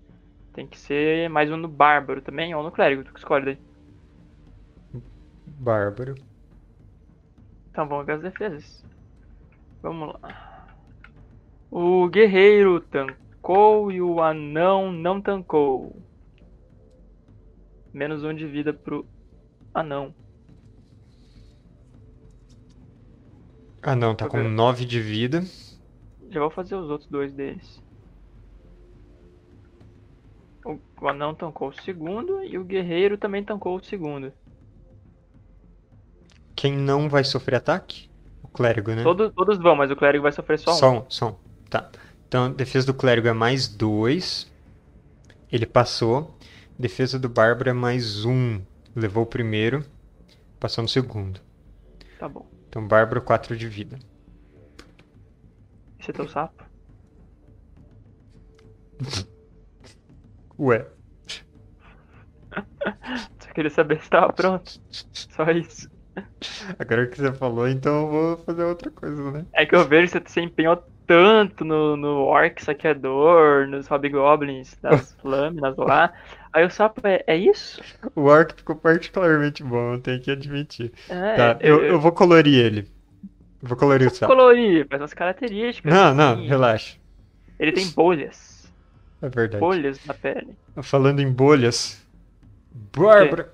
S2: Tem que ser mais um no bárbaro também, ou no clérigo, tu que escolhe daí.
S1: Bárbaro.
S2: Então vamos ver as defesas. Vamos lá. O guerreiro tancou e o anão não tancou. Menos um de vida pro anão.
S1: Ah, não, tá com
S2: Agora-
S1: 9 de vida.
S2: Já vou fazer os outros dois deles. O, o anão tancou o segundo e o guerreiro também tancou o segundo.
S1: Quem não vai sofrer ataque? O clérigo, né?
S2: Todos, todos vão, mas o clérigo vai sofrer só um.
S1: Só um, só um. Tá. Então, defesa do clérigo é mais 2. Ele passou. Defesa do bárbaro é mais 1. Um. Levou o primeiro. Passou no segundo.
S2: Tá bom.
S1: Então, bárbaro 4 de vida.
S2: Esse é teu sapo?
S1: Ué.
S2: Só queria saber se tava pronto. Só isso.
S1: Agora que você falou, então eu vou fazer outra coisa, né?
S2: É que eu vejo que você se empenhou tanto no, no Orc Saqueador, nos Hobgoblins, nas lâminas lá. Aí o sapo é, é isso?
S1: O arco ficou particularmente bom, eu tenho que admitir.
S2: É,
S1: Tá, eu, eu vou colorir ele. Eu vou colorir o sapo.
S2: Colorir, faz umas características.
S1: Não, não,
S2: assim.
S1: relaxa.
S2: Ele tem bolhas.
S1: É verdade.
S2: Bolhas na pele.
S1: Falando em bolhas. Bárbara.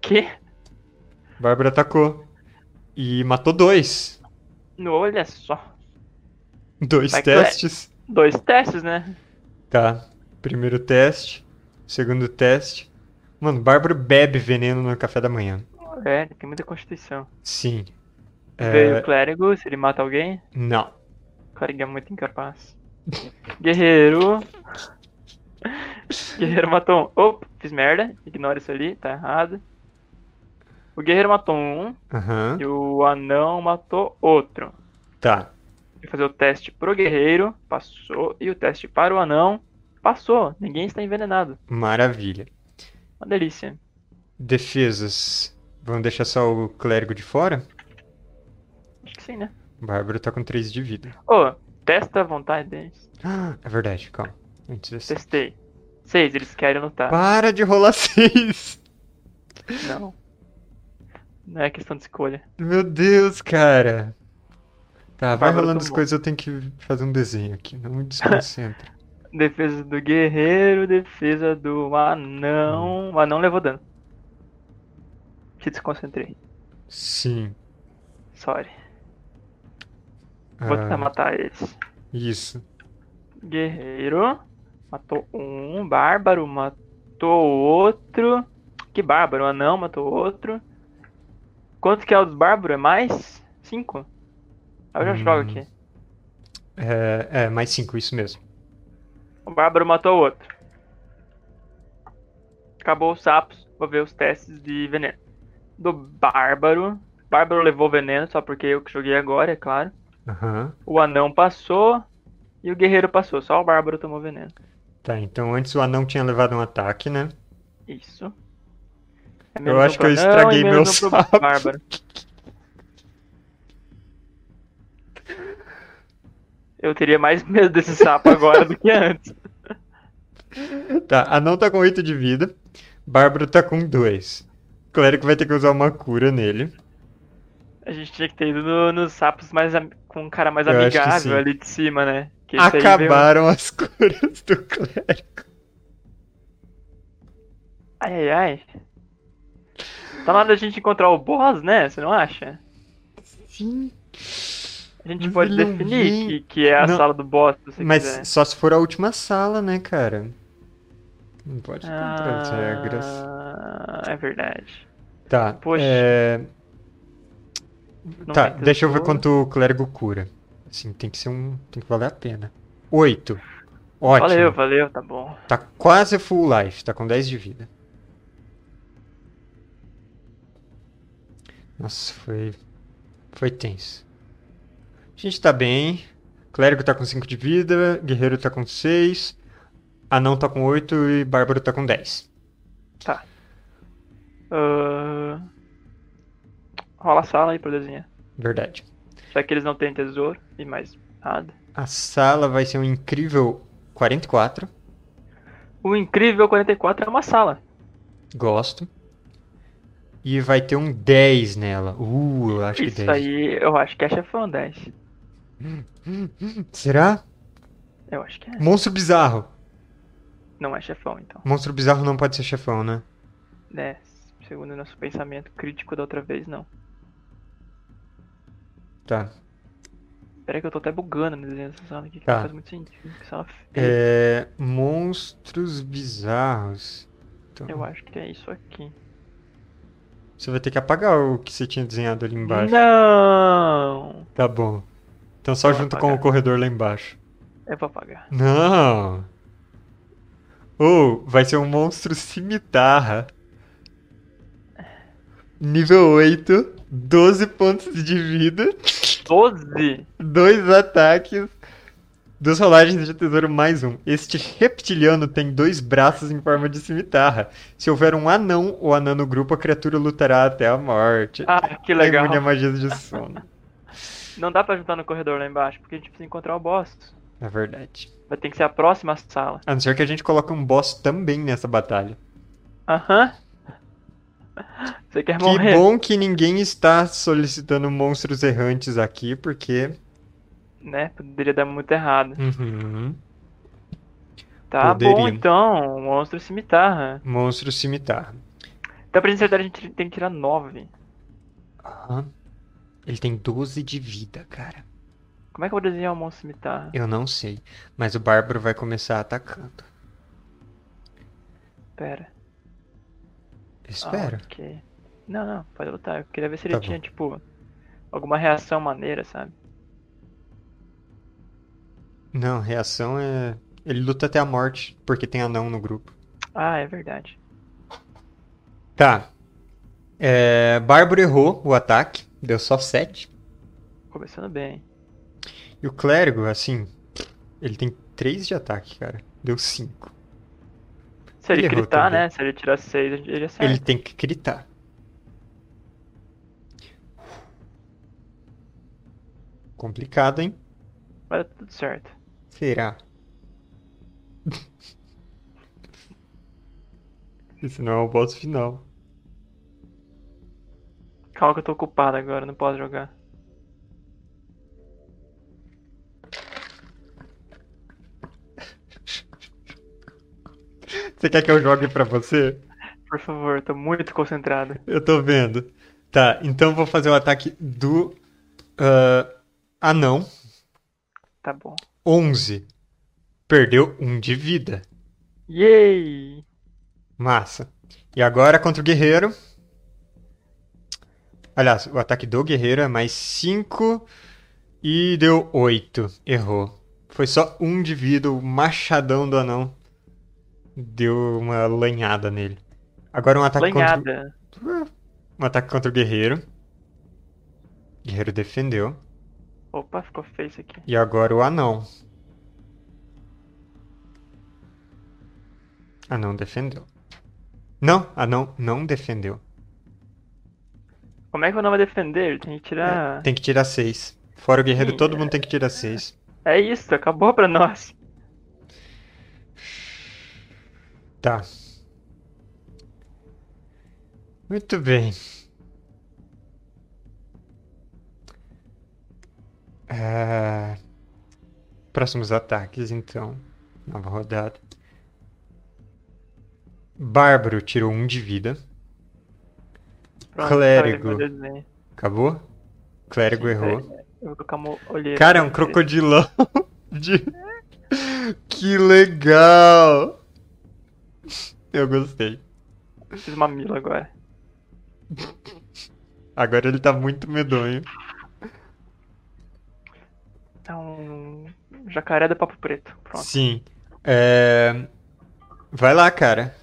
S2: Que?
S1: Bárbara atacou. E matou dois.
S2: No olha só.
S1: Dois
S2: Vai que é.
S1: testes.
S2: Dois testes, né?
S1: Tá. Primeiro teste. Segundo teste. Mano, Bárbara bebe veneno no café da manhã.
S2: É, ele tem muita constituição.
S1: Sim.
S2: Veio
S1: É,
S2: o clérigo, se ele mata alguém,
S1: não.
S2: o clérigo é muito incapaz. Guerreiro. Guerreiro matou um. Opa, fiz merda. Ignora isso ali, tá errado. O guerreiro matou um
S1: Aham.
S2: e o anão matou outro.
S1: Tá.
S2: Vou fazer o teste pro guerreiro, passou. E o teste para o anão, passou. Ninguém está envenenado.
S1: Maravilha.
S2: Uma delícia.
S1: Defesas. Vamos deixar só o clérigo de fora?
S2: Acho que sim, né?
S1: Bárbara tá com 3 de vida.
S2: Ô, testa a vontade deles.
S1: Ah, É verdade, calma. Antes desse-
S2: Testei. Seis, eles querem lutar.
S1: Para de rolar 6!
S2: Não. Não é questão de escolha.
S1: Meu Deus, cara! Tá, vai
S2: Bárbara
S1: rolando as
S2: tomou.
S1: coisas, eu tenho que fazer um desenho aqui. Não me desconcentra.
S2: Defesa do guerreiro, defesa do anão. O anão levou dano. Te desconcentrei.
S1: Sim.
S2: Sorry.
S1: ah,
S2: Vou tentar matar eles.
S1: isso.
S2: Guerreiro. Matou um. Bárbaro matou outro. Que bárbaro? Anão matou outro. Quanto que é o dos bárbaros? É mais? Cinco? Eu já
S1: Hum.
S2: jogo aqui.
S1: É, é, mais 5, isso mesmo.
S2: O Um bárbaro matou o outro. Acabou os sapos. Vou ver os testes de veneno. Do bárbaro. O bárbaro levou veneno, só porque eu que joguei agora, é claro.
S1: Aham.
S2: O anão passou. E o guerreiro passou. Só o bárbaro tomou veneno.
S1: Tá, então antes o anão tinha levado um ataque, né?
S2: Isso. É
S1: Eu
S2: menos
S1: acho
S2: um
S1: que eu
S2: pro anão
S1: estraguei
S2: e
S1: meu
S2: menos um pro
S1: sapo.
S2: bárbaro. Eu teria mais medo desse sapo agora do que antes.
S1: Tá, anão tá com 8 de vida. Bárbaro tá com 2. Clérigo vai ter que usar uma cura nele.
S2: A gente tinha que ter ido no- nos sapos mais am- com um cara mais
S1: Eu acho que sim.
S2: amigável ali de cima, né? Que esse aí veio-
S1: Acabaram as curas do clérigo.
S2: Ai, ai, ai. Tá na hora da gente encontrar o boss, né? Você não acha?
S1: Sim.
S2: A gente
S1: Mas
S2: pode
S1: ele não
S2: definir
S1: vem.
S2: que, que é a
S1: Não.
S2: sala do boss, se você
S1: Mas
S2: quiser.
S1: só se for a última sala, né, cara? Não pode contra as regras.
S2: Ah, É verdade.
S1: Tá.
S2: Poxa.
S1: é,
S2: Não
S1: Tá,
S2: vai ter
S1: deixa eu ver
S2: cura.
S1: quanto o clérigo cura. Assim, tem que ser um. Tem que valer a pena. 8. Ótimo.
S2: Valeu, valeu, tá bom.
S1: Tá quase full life, tá com 10 de vida. Nossa, foi. Foi tenso. A gente tá bem. Clérigo tá com 5 de vida, guerreiro tá com 6, anão tá com 8 e bárbaro tá com 10.
S2: Ah, Rola a sala aí pra eu desenhar.
S1: Verdade.
S2: Já que eles não têm tesouro e mais nada.
S1: A sala vai ser um incrível 44.
S2: O incrível 44 é uma sala.
S1: Gosto. E vai ter um 10 nela. Uh, eu acho que
S2: Isso
S1: 10.
S2: aí, eu acho que é chefão 10.
S1: Será?
S2: Eu acho que é.
S1: Monstro bizarro.
S2: Não é chefão, então.
S1: Monstro bizarro não pode ser chefão, né?
S2: É, segundo o nosso pensamento crítico da outra vez, não.
S1: Tá.
S2: Peraí que eu tô até bugando né, no desenho dessa sala aqui, que
S1: Tá.
S2: não faz muito sentido. Que sala feia.
S1: É, monstros bizarros. Então,
S2: Eu acho que é isso aqui.
S1: Você vai ter que apagar o que você tinha desenhado ali embaixo.
S2: Não!
S1: Tá bom. Então só
S2: Vou
S1: junto com
S2: apagar.
S1: o corredor lá embaixo.
S2: Eu vou apagar.
S1: Não! Ou vai ser um monstro cimitarra. Nível 8, 12 pontos de vida.
S2: 12!
S1: Dois ataques. Duas rolagens de tesouro mais um. Este reptiliano tem dois braços em forma de cimitarra. Se houver um anão ou anã no grupo, a criatura lutará até a morte.
S2: Ah, que
S1: É
S2: legal.
S1: imune à magia de sono.
S2: Não dá pra juntar no corredor lá embaixo, porque a gente precisa encontrar o boss.
S1: É verdade.
S2: Vai ter que ser a próxima sala.
S1: A não ser que a gente coloque um boss também nessa batalha.
S2: Aham. Você quer
S1: Que
S2: morrer?
S1: bom que ninguém está solicitando monstros errantes aqui, porque.
S2: Né? Poderia dar muito errado.
S1: Uhum.
S2: Tá bom,
S1: Poderia.
S2: então. Monstro cimitarra.
S1: Monstro cimitarra.
S2: Então, pra gente acertar, a gente tem que tirar 9.
S1: Aham. Ele tem 12 de vida, cara.
S2: Como é que eu vou desenhar o monstro cimitarra?
S1: Eu não sei, mas o Bárbaro vai começar atacando.
S2: Pera.
S1: Eu
S2: Ah,
S1: espero.
S2: ok. Não, não, pode lutar. Eu queria ver se ele
S1: Tá bom.
S2: tinha, tipo, alguma reação maneira, sabe?
S1: Não, reação é. Ele luta até a morte, porque tem anão no grupo.
S2: Ah, é verdade.
S1: Tá. É, Bárbaro errou o ataque, deu só 7.
S2: Começando bem.
S1: E o clérigo, assim, ele tem 3 de ataque, cara. Deu 5.
S2: Se ele,
S1: Ele errou
S2: gritar,
S1: também.
S2: né? Se ele tirar 6, ele acerta.
S1: Ele tem que gritar. Complicado, hein?
S2: Vai dar tudo certo.
S1: Será? Isso não é o boss final.
S2: Calma que eu tô ocupado agora, não posso jogar.
S1: Você quer que eu jogue pra você?
S2: Por favor, eu tô muito concentrado.
S1: Eu tô vendo. Tá, então vou fazer o ataque do ah, anão.
S2: Tá bom.
S1: 11. Perdeu um de vida.
S2: Yay!
S1: Massa. E agora contra o guerreiro. Aliás, o ataque do guerreiro é mais 5 e deu 8. Errou. Foi só um de vida, o machadão do anão deu uma lanhada nele. Agora um ataque
S2: Lanhada.
S1: contra um ataque contra o guerreiro. O guerreiro defendeu.
S2: Opa, ficou feio isso aqui.
S1: E agora o anão. Anão defendeu. Não, anão não defendeu.
S2: Como é que eu não vou defender? Tem que tirar.
S1: Tem que tirar 6. Fora o guerreiro,
S2: Ih,
S1: todo mundo tem que tirar 6.
S2: É isso, acabou pra nós.
S1: Tá. Muito bem. Ah, Próximos ataques, então. Nova rodada. Bárbaro tirou um de vida.
S2: Pronto,
S1: Clérigo.
S2: tá aí, meu desenho.
S1: Acabou? Clérigo É errou.
S2: É, Eu vou colocar uma olheira.
S1: Cara, é um
S2: pra você.
S1: crocodilão. de- Que legal! Eu gostei.
S2: Fiz mamilo agora.
S1: Agora ele tá muito medonho.
S2: É um jacaré do papo preto. Pronto.
S1: Sim. É... Vai lá, cara.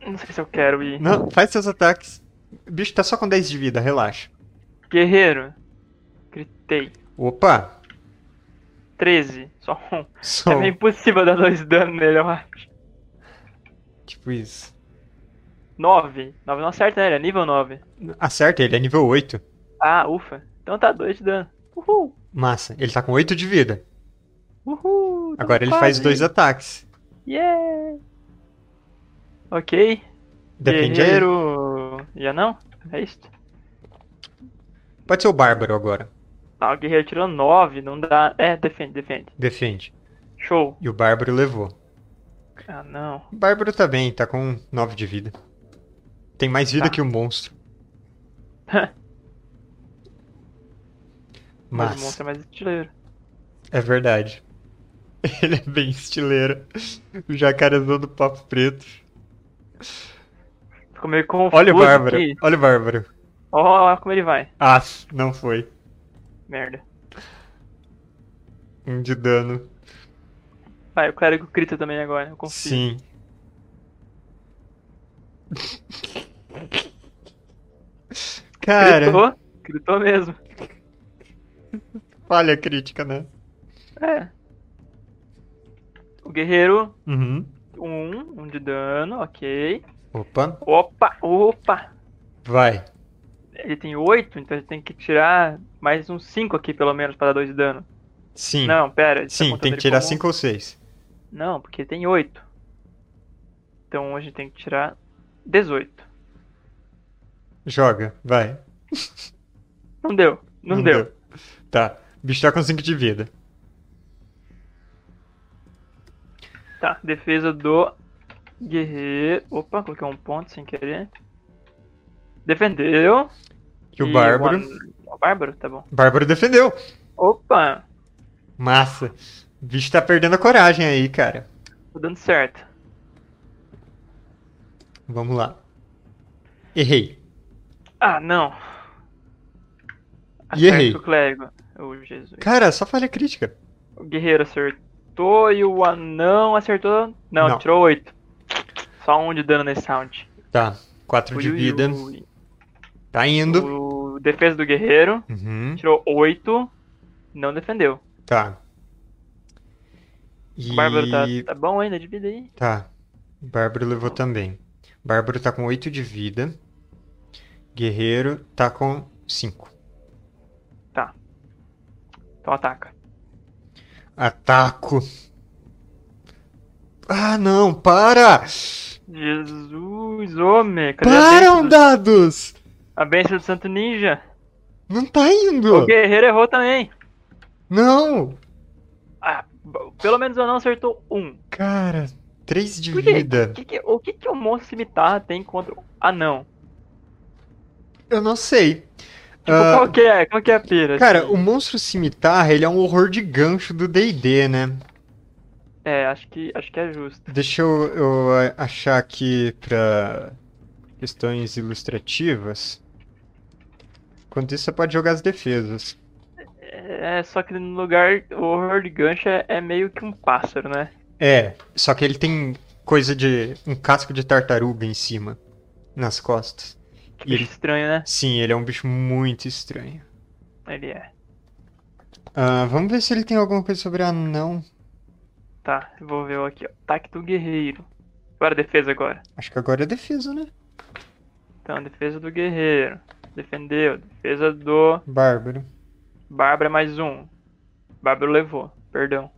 S2: Não sei se eu quero ir.
S1: Não, faz seus ataques. O bicho tá só com 10 de vida, relaxa.
S2: Guerreiro. Gritei.
S1: Opa!
S2: 13. Só um.
S1: Só.
S2: É meio impossível dar dois dano nele, eu acho.
S1: Tipo isso.
S2: 9. 9 não acerta, né? Ele é nível 9.
S1: Acerta, ele é nível 8.
S2: Ah, ufa. Então tá 2 de dano. Uhul.
S1: Massa. Ele tá com 8 de vida.
S2: Uhul. tamo
S1: Agora ele faz
S2: quase.
S1: dois ataques.
S2: Yeah. Ok.
S1: Depende aí.
S2: guerreiro. Já não? É isso?
S1: Pode ser o Bárbaro agora.
S2: Ah, o guerreiro tirou 9. Não dá. É, defende, defende.
S1: Defende.
S2: Show.
S1: E o Bárbaro levou.
S2: Ah, não.
S1: O Bárbaro tá bem, tá com 9 de vida. Tem mais vida
S2: Tá.
S1: que o monstro.
S2: Mas o
S1: Mas,
S2: monstro é mais estileiro.
S1: é verdade. Ele é bem estileiro. O jacarezão do papo preto.
S2: Ficou meio confuso.
S1: Olha o Bárbaro.
S2: aqui.
S1: Olha o Bárbaro.
S2: Ó, ó, como ele vai.
S1: Ah, não foi.
S2: Merda.
S1: Um de dano.
S2: Vai, o clérigo grita também agora. Eu confio.
S1: Sim. Cara,
S2: Gritou? Gritou mesmo.
S1: falha crítica, né?
S2: É. O guerreiro,
S1: Uhum.
S2: um, um de dano, ok.
S1: Opa,
S2: Opa, opa.
S1: vai.
S2: Ele tem oito, então ele tem que tirar mais uns cinco aqui, pelo menos, pra dar dois de dano.
S1: Sim.
S2: Não, pera. ele tá
S1: Sim,
S2: contando
S1: tem que
S2: ele
S1: tirar
S2: como-
S1: 5 ou 6.
S2: Não, porque tem oito. Então a gente tem que tirar 18.
S1: Joga, vai.
S2: Não deu, não, deu.
S1: Tá. O bicho tá com 5 de vida.
S2: Tá, defesa do guerreiro. Opa, coloquei um ponto sem querer. Defendeu.
S1: E o Bárbaro.
S2: O Bárbaro, tá bom.
S1: Bárbaro defendeu.
S2: Opa,
S1: Massa. O bicho tá perdendo a coragem aí, cara.
S2: tô tá dando certo.
S1: Vamos lá. Errei.
S2: Ah, não.
S1: E errei.
S2: Acerta o clérigo. Ô, Jesus.
S1: Cara, só falha crítica.
S2: O guerreiro acertou e o anão acertou. Não,
S1: Não.
S2: tirou 8. Só um de dano nesse round.
S1: Tá. 4
S2: Ui,
S1: de
S2: ui,
S1: vida.
S2: ui.
S1: Tá indo.
S2: O defesa do guerreiro
S1: Uhum.
S2: tirou 8. Não defendeu.
S1: Tá. E...
S2: O Bárbaro tá, tá bom ainda de vida aí.
S1: Tá. O Bárbaro levou também. O Bárbaro tá com 8 de vida. Guerreiro tá com 5.
S2: Então ataca.
S1: Ataco. Ah, não, para!
S2: Jesus, homem. Cadê a
S1: Param
S2: bênção, do,
S1: dados!
S2: a bênção do Santo Ninja?
S1: Não tá
S2: O
S1: indo!
S2: guerreiro errou também.
S1: Não!
S2: Ah, b- pelo menos o anão acertou um.
S1: Cara, 3 de
S2: Por quê?
S1: vida.
S2: O que que- o que, que o monstro cimitarra tem contra o anão?
S1: Eu não sei.
S2: Tipo,
S1: Ah,
S2: qual que é? Qual que é a pira?
S1: cara,
S2: assim?
S1: o monstro cimitarra, ele é um horror de gancho do D&D, né?
S2: É, acho que, acho que é justo.
S1: Deixa eu, eu a- achar aqui pra questões ilustrativas. Enquanto isso, você pode jogar as defesas.
S2: É, só que no lugar, o horror de gancho é, é meio que um pássaro, né?
S1: É, só que ele tem coisa de. um casco de tartaruga em cima, nas costas.
S2: Que
S1: E ele-
S2: bicho estranho, né?
S1: Sim, ele é um bicho muito estranho.
S2: Ele é.
S1: Ah, vamos ver se ele tem alguma coisa sobre anão.
S2: Tá, vou ver o aqui, ó. Tacto guerreiro. Agora defesa agora.
S1: Acho que agora é defesa, né?
S2: Então, defesa do guerreiro. Defendeu. Defesa do
S1: Bárbaro.
S2: Bárbara mais um. Bárbara levou. Perdão.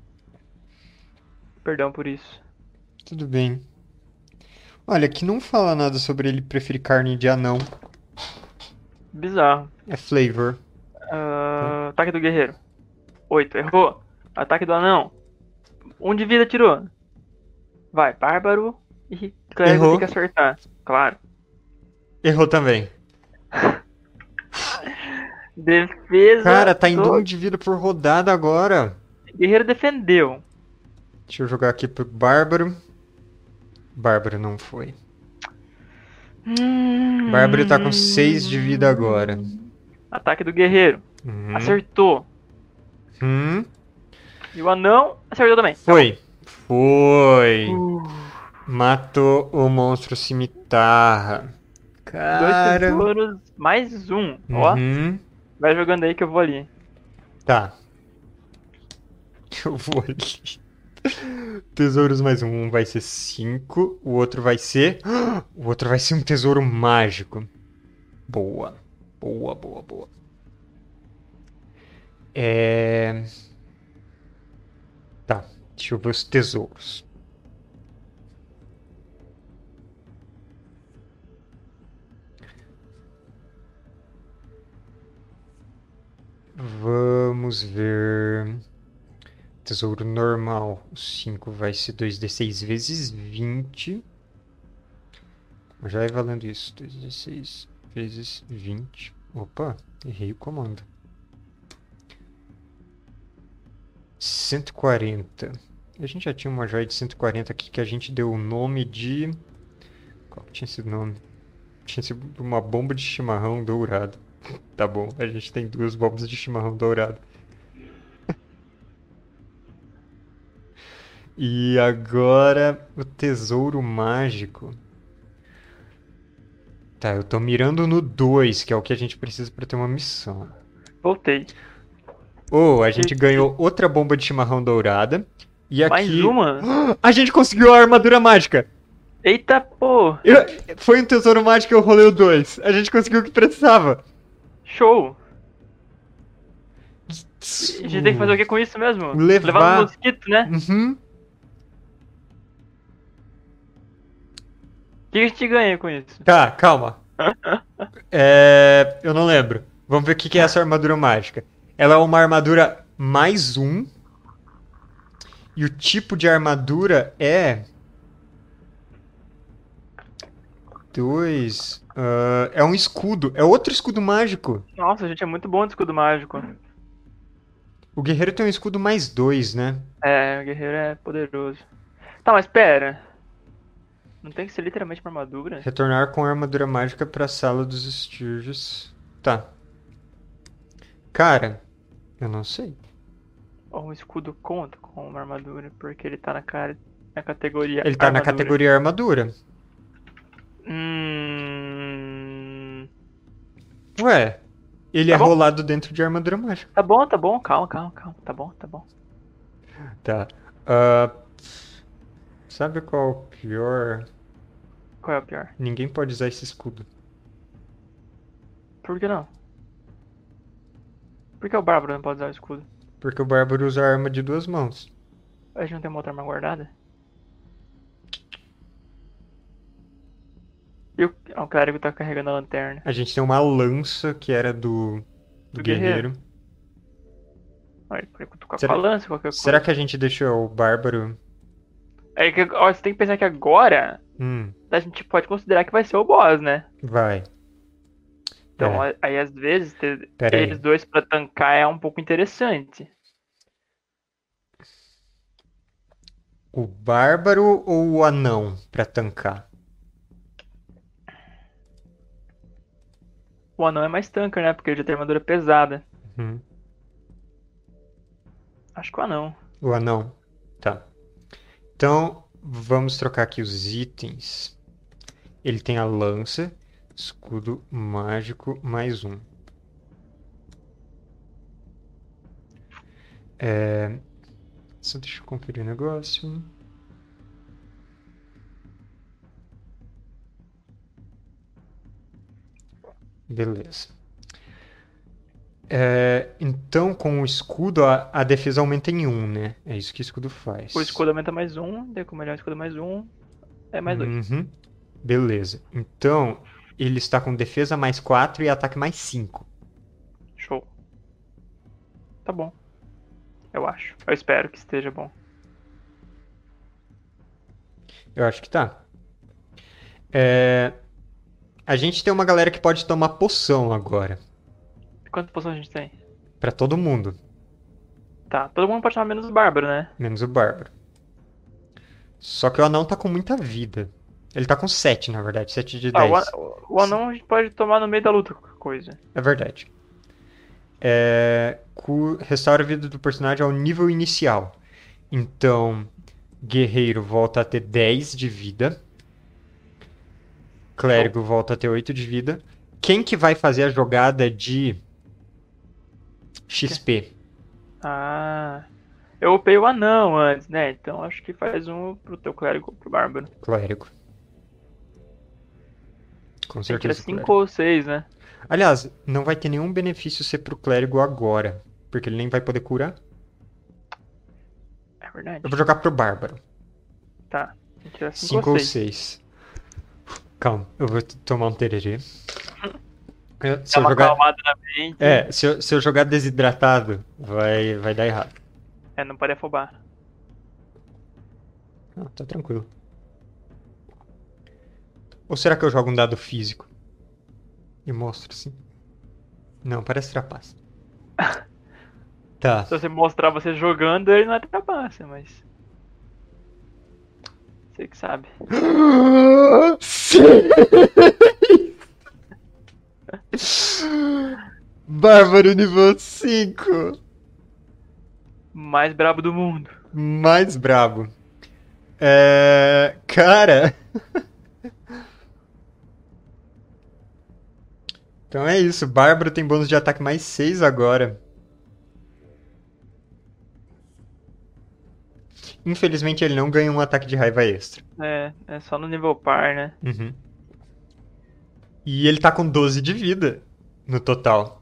S2: Perdão por isso.
S1: Tudo bem. Olha, aqui não fala nada sobre ele preferir carne de anão.
S2: Bizarro.
S1: É flavor. Tá.
S2: Ah, ataque do guerreiro. 8, errou. Ataque do anão. Um de vida tirou. Vai, bárbaro e clérigo
S1: Errou.
S2: tem que acertar. Claro.
S1: Errou também.
S2: Defesa.
S1: Cara, tá indo
S2: do-
S1: um de vida por rodada agora.
S2: Guerreiro defendeu.
S1: Deixa eu jogar aqui pro Bárbaro. Bárbaro não foi.
S2: Hum.
S1: Bárbaro tá com 6 de vida agora.
S2: Ataque do guerreiro.
S1: Uhum.
S2: Acertou.
S1: Hum.
S2: E o anão acertou também.
S1: Foi. Foi.
S2: Uh,
S1: Matou o monstro cimitarra.
S2: dois
S1: Cara.
S2: tesouros, mais um. Ó,
S1: Uhum.
S2: vai jogando aí que eu vou ali.
S1: Tá. Eu vou ali. Tesouros mais um. Um vai ser 5. O outro vai ser. O outro vai ser um tesouro mágico. Boa. Boa, boa, boa. É. Tá. Deixa eu ver os tesouros. Vamos ver. Tesouro normal. O 5 vai ser 2d6 vezes 20. Já é valendo isso. 2d6 vezes 20. Opa, errei o comando. 140. A gente já tinha uma joia de 140 aqui que a gente deu o nome de. Qual que tinha sido o nome? Tinha sido uma bomba de chimarrão dourado. Tá bom, a gente tem duas bombas de chimarrão dourado. E agora o tesouro mágico. Tá, eu tô mirando no 2, que é o que a gente precisa pra ter uma missão.
S2: Voltei.
S1: Ou a gente ganhou outra bomba de chimarrão dourada. E aqui.
S2: Mais uma?
S1: A gente conseguiu a armadura mágica!
S2: Eita, pô!
S1: Eu- Foi um tesouro mágico eu rolei o 2. A gente conseguiu o que precisava.
S2: Show! A gente tem que fazer o que com isso mesmo?
S1: Levar-
S2: Levar no mosquito, né?
S1: Uhum.
S2: O que a gente ganha com isso?
S1: Tá, calma. É, eu não lembro. Vamos ver o que que é essa armadura mágica. Ela é uma armadura mais um. E o tipo de armadura é. Dois. ah, é um escudo. É outro escudo mágico.
S2: Nossa, a gente é muito bom de escudo mágico.
S1: O guerreiro tem um escudo mais dois, né?
S2: É, o guerreiro é poderoso. Tá, mas pera. Não tem que ser literalmente uma armadura?
S1: Retornar com a armadura mágica pra sala dos estirges. Tá. Cara, eu não sei.
S2: Ou um escudo conta com uma armadura? Porque ele tá na, cara, na categoria.
S1: Ele tá na
S2: armadura.
S1: categoria armadura.
S2: Hum.
S1: Ué, ele
S2: Tá
S1: é
S2: bom.
S1: rolado dentro de armadura mágica.
S2: Tá bom, tá bom, calma, calma, calma. Tá bom, tá bom.
S1: Tá. Ah, sabe qual é o pior?
S2: Qual é o pior?
S1: Ninguém pode usar esse escudo.
S2: Por que não? Por que o Bárbaro não pode usar o escudo?
S1: Porque o bárbaro usa arma de duas mãos.
S2: A gente não tem uma outra arma guardada? E o, ah, o clérigo tá carregando a lanterna.
S1: A gente tem uma lança que era do, do
S2: Do
S1: guerreiro.
S2: guerreiro. Ah, ele pode cutucar
S1: Será-
S2: com a lança, qualquer coisa.
S1: Será que a gente deixou o bárbaro?
S2: É que, ó, você tem que pensar que agora
S1: Hum,
S2: a gente pode considerar que vai ser o boss, né?
S1: vai.
S2: Então, a- aí às vezes, ter
S1: É. Pera aí.
S2: eles dois pra tancar é um pouco interessante.
S1: o bárbaro ou o anão pra tancar?
S2: O anão é mais tanker, né? Porque ele já tem armadura pesada.
S1: Uhum.
S2: Acho que o anão.
S1: O anão. Tá. Então, vamos trocar aqui os itens. Ele tem a lança, escudo mágico, mais um. É... Só deixa eu conferir o negócio. Beleza. É, então, com o escudo, a, a defesa aumenta em 1, um, né? É isso que o escudo faz.
S2: O escudo aumenta mais um, daí com o melhor escudo mais um, é mais dois.
S1: Uhum. Beleza. Então, ele está com defesa mais 4 e ataque mais 5.
S2: Show. Tá bom. Eu acho. Eu espero que esteja bom.
S1: Eu acho que tá. É, A gente tem uma galera que pode tomar poção agora.
S2: Quantas poções a gente tem?
S1: Pra todo mundo,
S2: Tá, todo mundo pode chamar menos o Bárbaro, né?
S1: menos o Bárbaro. Só que o anão tá com muita vida. Ele tá com 7, na verdade. 7 de 10.
S2: Ah, o an- o, o anão a gente pode tomar no meio da luta qualquer coisa.
S1: É verdade. É, cu- restaura a vida do personagem ao nível inicial. Então, guerreiro volta a ter 10 de vida. Clérigo volta a ter 8 de vida. Quem que vai fazer a jogada de XP?
S2: Ah. Eu upei o anão antes, né? Então acho que faz um pro teu clérigo ou pro Bárbaro.
S1: Clérigo. Com
S2: Você tira
S1: certeza. o
S2: 5
S1: clérigo.
S2: ou 6, né?
S1: Aliás, não vai ter nenhum benefício ser pro clérigo agora. Porque ele nem vai poder curar.
S2: É verdade.
S1: Eu vou jogar pro bárbaro.
S2: Tá. Tem que tirar
S1: 5
S2: 5
S1: ou
S2: ou 6.
S1: 6. Calma, eu vou t- tomar um tererê. Uhum. Eu- se,
S2: Dá
S1: eu
S2: uma
S1: jogar,
S2: acalmada na mente.
S1: é, se, eu, se eu jogar desidratado, vai, vai dar errado.
S2: É, não pode afobar.
S1: Ah, tá tranquilo. Ou será que eu jogo um dado físico? E mostro assim? Não, parece trapaça. Tá,
S2: Se você mostrar você jogando, ele não é trapaça, mas. Você que sabe.
S1: Bárbaro nível 5.
S2: Mais brabo do mundo.
S1: Mais brabo. É... Cara. Então é isso. Bárbaro tem bônus de ataque mais 6 agora. Infelizmente ele não ganha um ataque de raiva extra.
S2: É, é só no nível par, né?
S1: Uhum. E ele tá com 12 de vida no total.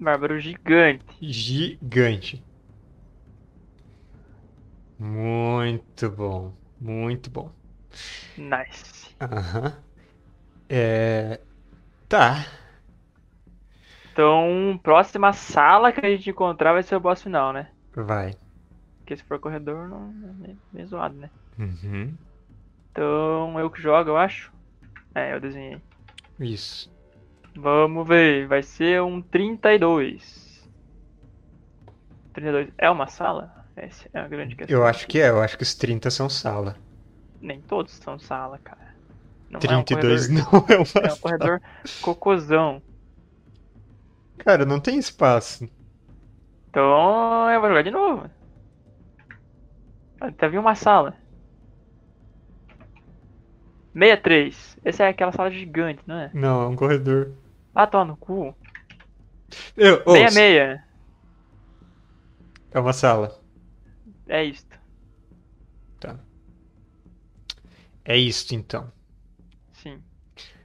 S2: Bárbaro gigante.
S1: Gigante. Muito bom. Muito bom.
S2: Nice.
S1: Aham. É... Tá.
S2: Então, próxima sala que a gente encontrar vai ser o boss final, né?
S1: Vai.
S2: Porque se for corredor, não é meio- meio zoado, né?
S1: Uhum.
S2: Então, eu que jogo, eu acho. É, eu desenhei.
S1: Isso.
S2: Vamos ver, vai ser um 32. 32 é uma sala? Essa é a grande questão.
S1: Eu acho que é. Eu acho que os 30 são sala.
S2: Nem todos são sala, cara. Não é um
S1: 32
S2: corredor.
S1: não é uma
S2: É um
S1: sala.
S2: corredor cocôzão.
S1: Cara, não tem espaço.
S2: Então, eu vou jogar de novo. Até vi uma sala. 63. Essa é aquela sala gigante, não é?
S1: Não, é um corredor.
S2: Ah, toma no cu.
S1: Eu, ô,
S2: 66.
S1: É uma sala.
S2: É isto.
S1: É isto, então.
S2: Sim.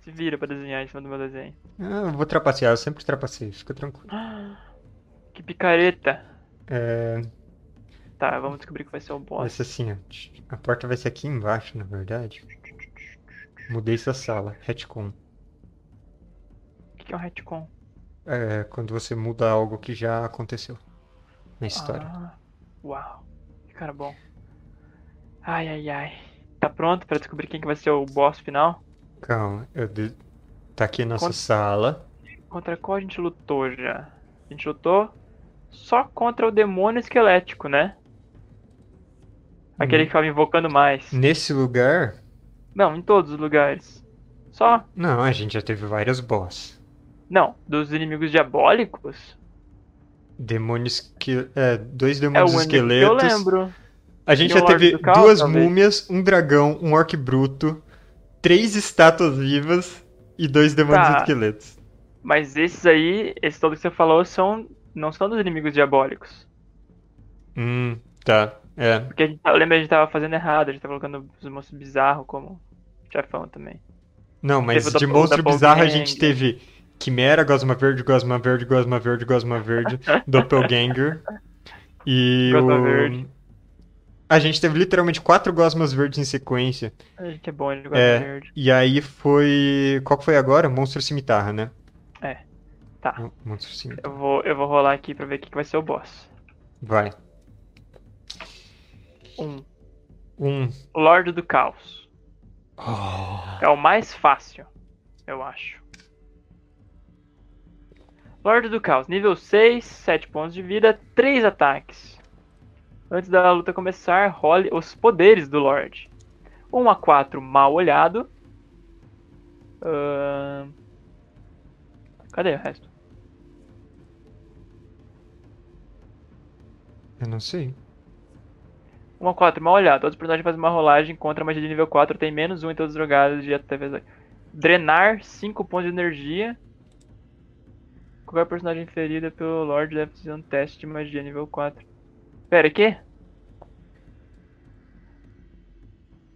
S2: Se vira pra desenhar em cima do meu desenho.
S1: Ah, eu vou trapacear. Eu sempre trapaceio. Fica tranquilo.
S2: Que picareta.
S1: É...
S2: Tá, vamos descobrir que vai ser o
S1: Vai
S2: boss.
S1: ser assim, ó. A porta vai ser aqui embaixo, na verdade. Mudei essa sala. Retcon.
S2: O que que é um retcon?
S1: É quando você muda algo que já aconteceu na história.
S2: Ah, uau. Que cara bom. Ai, ai, ai. Tá pronto pra descobrir quem que vai ser o boss final?
S1: Calma, eu de- tá aqui a nossa
S2: Quanto-
S1: sala.
S2: Contra qual a gente lutou já? A gente lutou só contra o demônio esquelético, né?
S1: Uhum.
S2: Aquele que ficava invocando mais.
S1: Nesse lugar.
S2: Não, em todos os lugares. Só.
S1: Não, a gente já teve várias boss.
S2: Não, dos inimigos diabólicos.
S1: Demônios que. É, dois
S2: É o
S1: demônios
S2: único que eu
S1: esqueletos.
S2: lembro.
S1: A gente
S2: E o
S1: já
S2: Lorde
S1: teve
S2: do Caos,
S1: duas
S2: talvez?
S1: múmias, um dragão, um orc bruto, três estátuas vivas e dois demônios
S2: Tá.
S1: esqueletos.
S2: Mas esses aí, esses todos que você falou, são não são dos inimigos diabólicos.
S1: Hum, tá. É.
S2: Porque a gente, eu lembro que a gente tava fazendo errado, a gente tava colocando os monstros bizarros como chefão também.
S1: Não, mas
S2: Teve o
S1: de
S2: Doppel-
S1: monstro bizarro a gente
S2: Doppelganger.
S1: teve Quimera, Gosma Verde, Gosma Verde, Gosma Verde, Gosma Verde, Doppelganger. E
S2: Gosma
S1: o...
S2: Verde.
S1: A gente teve literalmente quatro Gosmas Verdes em sequência.
S2: A gente é bom, ele gosta
S1: É.
S2: de verde.
S1: E aí foi. Qual que foi agora? Monstro Cimitarra, né?
S2: É. Tá.
S1: Mon- Monstro Cimitarra.
S2: Eu vou, eu vou rolar aqui pra ver o que que vai ser o boss.
S1: Vai.
S2: Um.
S1: Um.
S2: Lorde do Caos.
S1: Oh.
S2: É o mais fácil, eu acho. Lorde do Caos, nível 6, 7 pontos de vida, 3 ataques. Antes da luta começar, role os poderes do Lorde. 1 a 4, mal olhado. Ahn, Cadê o resto?
S1: Eu não sei.
S2: 1 a 4, mal olhado. Todos os personagens fazem uma rolagem contra a magia de nível 4, tem menos 1 em todos os jogados de até vez. Drenar 5 pontos de energia. Qualquer personagem ferida pelo Lorde deve fazer um teste de magia nível 4. Pera, que?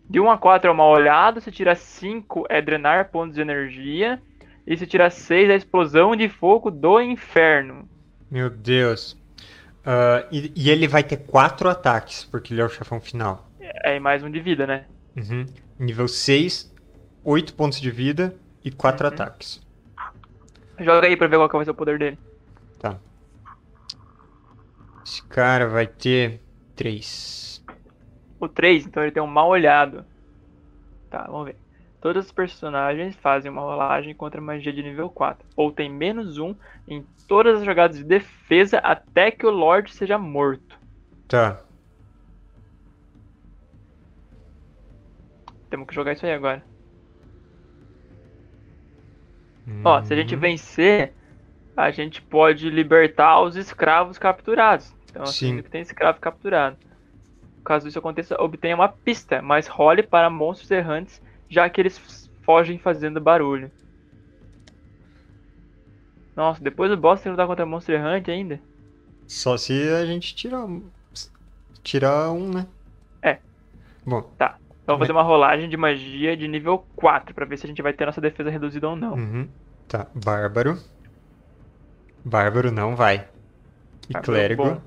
S2: De 1 a 4 é o mal olhado, se tirar 5 é drenar pontos de energia. E se tirar 6 é a explosão de fogo do inferno.
S1: Meu Deus. Ah, e, e ele vai ter quatro ataques, porque ele é o chefão final.
S2: É mais um de vida, né?
S1: Uhum. Nível 6, 8 pontos de vida e quatro
S2: Uhum.
S1: ataques.
S2: Joga aí pra ver qual que vai ser o poder dele.
S1: Esse cara vai ter 3.
S2: O 3, então ele tem um mal olhado. Tá, vamos ver. Todos os personagens fazem uma rolagem contra magia de nível 4. Ou tem menos um em todas as jogadas de defesa até que o Lorde seja morto.
S1: Tá.
S2: Temos que jogar isso aí agora. Ó, se a
S1: Uhum.
S2: gente vencer, a gente pode libertar os escravos capturados. Então, assim
S1: Sim.
S2: que tem escravo capturado. Caso isso aconteça, obtenha uma pista, mas role para monstros errantes, já que eles f- fogem fazendo barulho. Nossa, depois do boss tem que lutar contra monstro errante ainda?
S1: Só se a gente tirar um- tirar um, né?
S2: É.
S1: Bom,
S2: Então, eu vou fazer uma rolagem de magia de nível 4 para ver se a gente vai ter nossa defesa reduzida ou não.
S1: uhum. tá, bárbaro. Bárbaro não vai. E
S2: Bárbaro é um
S1: clérigo.
S2: bom.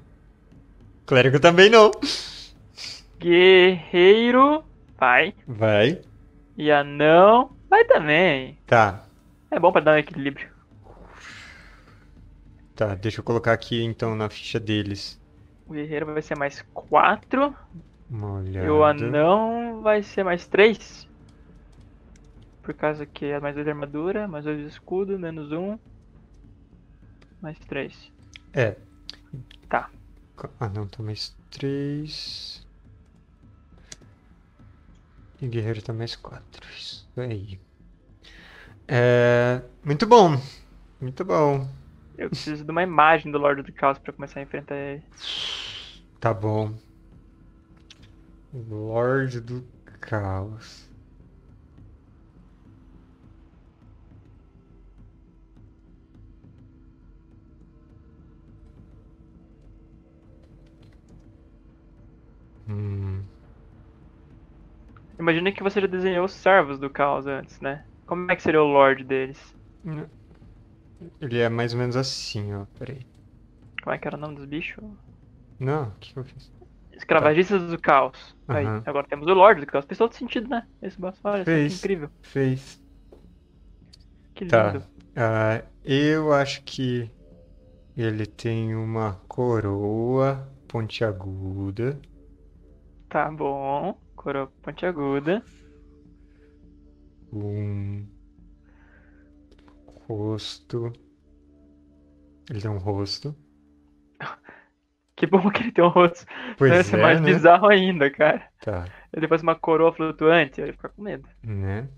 S1: Clérigo também não.
S2: Guerreiro vai,
S1: Vai.
S2: e anão vai também.
S1: Tá,
S2: É bom para dar um equilíbrio.
S1: tá, deixa eu colocar aqui então na ficha deles.
S2: O guerreiro vai ser mais 4
S1: Uma
S2: e
S1: olhada.
S2: o anão vai ser mais 3. Por causa que é mais 2 de armadura, mais 2 de escudo, menos 1. Um, mais 3.
S1: É.
S2: Tá.
S1: Ah, não, tá mais 3. E guerreiro tá mais 4. Isso aí. É... Muito bom. Muito bom.
S2: Eu preciso de uma imagem do Lorde do Caos pra começar a enfrentar ele.
S1: Tá bom. Lorde do Caos. Hum.
S2: Imagina que você já desenhou os servos do Caos antes, né? Como é que seria o Lorde deles?
S1: Ele é mais ou menos assim, ó. Peraí.
S2: Como é que era o nome dos bichos?
S1: Não, o que que eu fiz?
S2: Escravagistas do Caos. Aí,
S1: Aham.
S2: agora temos o Lorde do Caos. Fez todo sentido, né? Esse boss, olha, só que
S1: Fez.
S2: incrível.
S1: Fez.
S2: Que lindo.
S1: Tá. Ah, eu acho que ele tem uma coroa pontiaguda.
S2: Tá bom. Coroa pontiaguda.
S1: Um rosto. Ele tem um rosto.
S2: Que bom que ele tem um rosto.
S1: Pois
S2: Deve ser
S1: é,
S2: mais
S1: né?
S2: bizarro ainda, cara.
S1: Tá.
S2: Ele faz uma coroa flutuante, aí ele fica com medo.
S1: Né?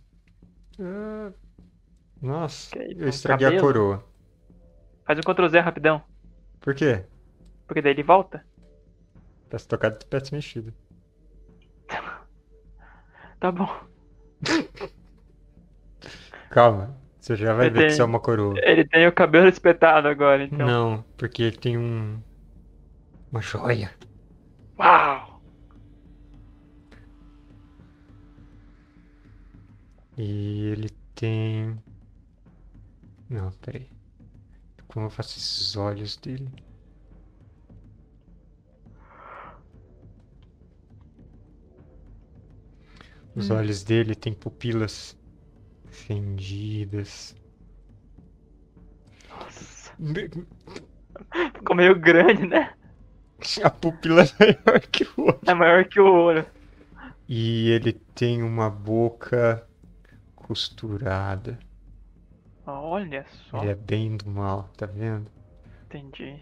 S1: Ah, Nossa,
S2: Que aí,
S1: eu
S2: então,
S1: estraguei a
S2: cabelo.
S1: coroa.
S2: Faz um Ctrl Z rapidão,
S1: Por quê?
S2: porque daí ele volta.
S1: Tá se tocado de pets mexido.
S2: Tá bom.
S1: Calma, você já vai
S2: Eu
S1: ver que isso é
S2: tenho.
S1: uma coroa.
S2: Ele tem o cabelo espetado agora, então.
S1: Não, porque ele tem um. Uma joia.
S2: Uau!
S1: E ele tem. Não, peraí. Como eu faço esses olhos dele? Os
S2: Hum.
S1: olhos dele têm pupilas fendidas.
S2: Nossa, ficou meio grande, né?
S1: A pupila é maior que o olho.
S2: É maior que o olho.
S1: E ele tem uma boca costurada.
S2: Olha só,
S1: Ele é bem do mal, tá vendo?
S2: entendi.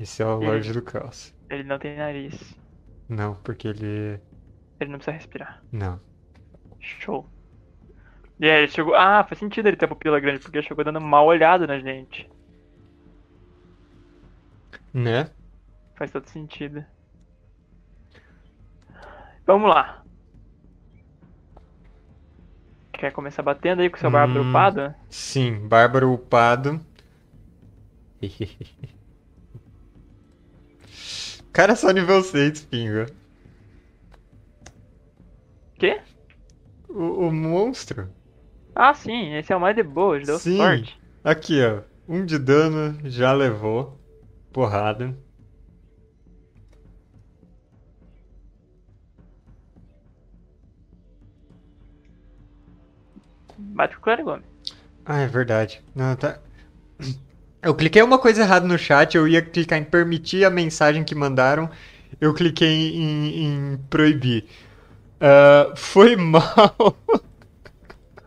S1: Esse é o
S2: Ele-
S1: Lorde do Caos.
S2: Ele não tem nariz.
S1: Não, porque ele.
S2: Ele não precisa respirar.
S1: Não.
S2: Show. E aí, ele chegou. Ah, faz sentido ele ter a pupila grande, porque ele chegou dando uma olhada na gente.
S1: Né?
S2: Faz todo sentido. Vamos lá. Quer começar batendo aí com seu barba
S1: Hum.
S2: upada?
S1: Sim, Bárbaro upado. Cara, só nível 6, pinga.
S2: Quê?
S1: O, o monstro.
S2: Ah, sim, esse é o mais de boa, ele deu
S1: Sim.
S2: sorte.
S1: Aqui, ó. Um de dano já levou. Porrada.
S2: Bate com o clérigo, homem.
S1: Ah, é verdade. Não, tá. Eu cliquei uma coisa errada no chat, eu ia clicar em permitir a mensagem que mandaram, eu cliquei em, em proibir. Ah, foi mal.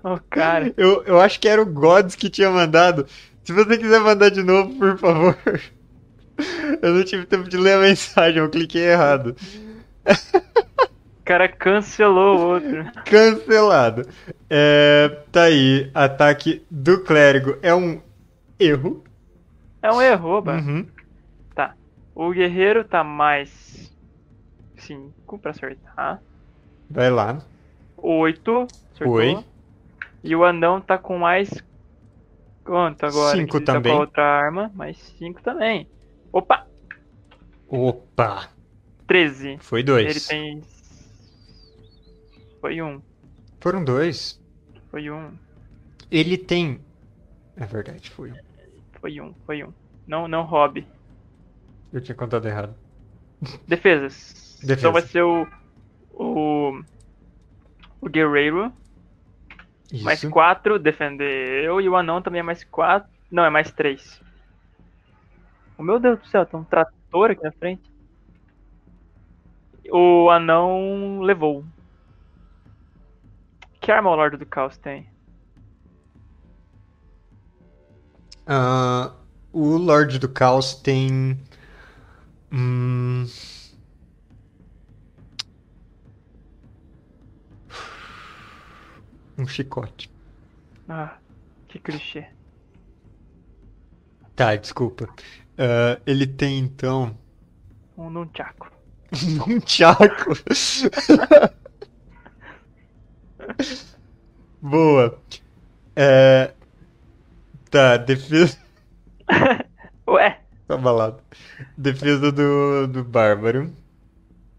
S2: Ô, cara.
S1: Eu, eu acho que era o Gods que tinha mandado. Se você quiser mandar de novo, por favor. Eu não tive tempo de ler a mensagem, eu cliquei errado.
S2: O cara cancelou o outro.
S1: Cancelado. É, tá aí, ataque do clérigo. É um erro.
S2: É um erro, oba.
S1: Uhum.
S2: O guerreiro tá mais 5 pra acertar.
S1: Vai lá.
S2: 8. Acertou.
S1: Oi.
S2: E o anão tá com mais. Quanto agora?
S1: Cinco
S2: Que ele tá
S1: também.
S2: com a outra arma, mais 5 também. Opa!
S1: Opa,
S2: 13.
S1: foi dois.
S2: Ele tem. Foi um.
S1: Foram dois.
S2: Foi um.
S1: Ele tem. É verdade, foi um.
S2: Foi um. Foi um. Não, não hobby.
S1: Eu tinha contado errado.
S2: Defesas.
S1: Defesa.
S2: Então vai ser o. O. O guerreiro.
S1: Isso.
S2: Mais 4, defendeu. E o anão também é mais 4. Não, é mais 3. Oh, meu Deus do céu, tem um trator aqui na frente. O anão levou. Que arma o Lorde do Caos tem?
S1: Ah, o Lorde do Caos tem. Hum... Um chicote.
S2: Ah, que clichê.
S1: Tá, desculpa. Ah, ele tem então.
S2: Um nunchaku.
S1: Um Tchaco. Boa. É... Tá, defesa.
S2: Ué,
S1: Tá balado. Defesa do, do Bárbaro.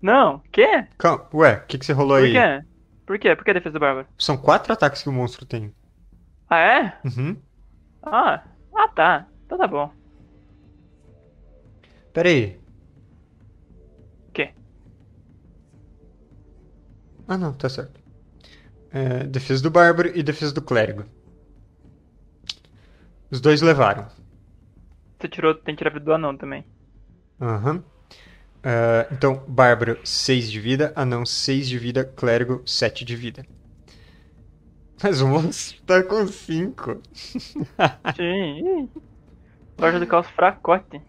S2: não, quê?
S1: Calma, ué, o que, que você rolou
S2: Por
S1: aí?
S2: quê? Por quê? Por que a defesa do Bárbaro?
S1: São quatro ataques que o monstro tem.
S2: Ah, é?
S1: Uhum.
S2: Ah, ah tá. Então tá bom.
S1: Pera aí.
S2: Quê?
S1: Ah, não, tá certo. É, defesa do Bárbaro e defesa do Clérigo. Os dois levaram.
S2: Você tirou, tem que tirar do anão também.
S1: Aham. Ah, então, Bárbaro, 6 de vida. Anão, 6 de vida. Clérigo, 7 de vida. Mas o monstro tá com 5.
S2: Sim. ih. Lorde do Caos fracote.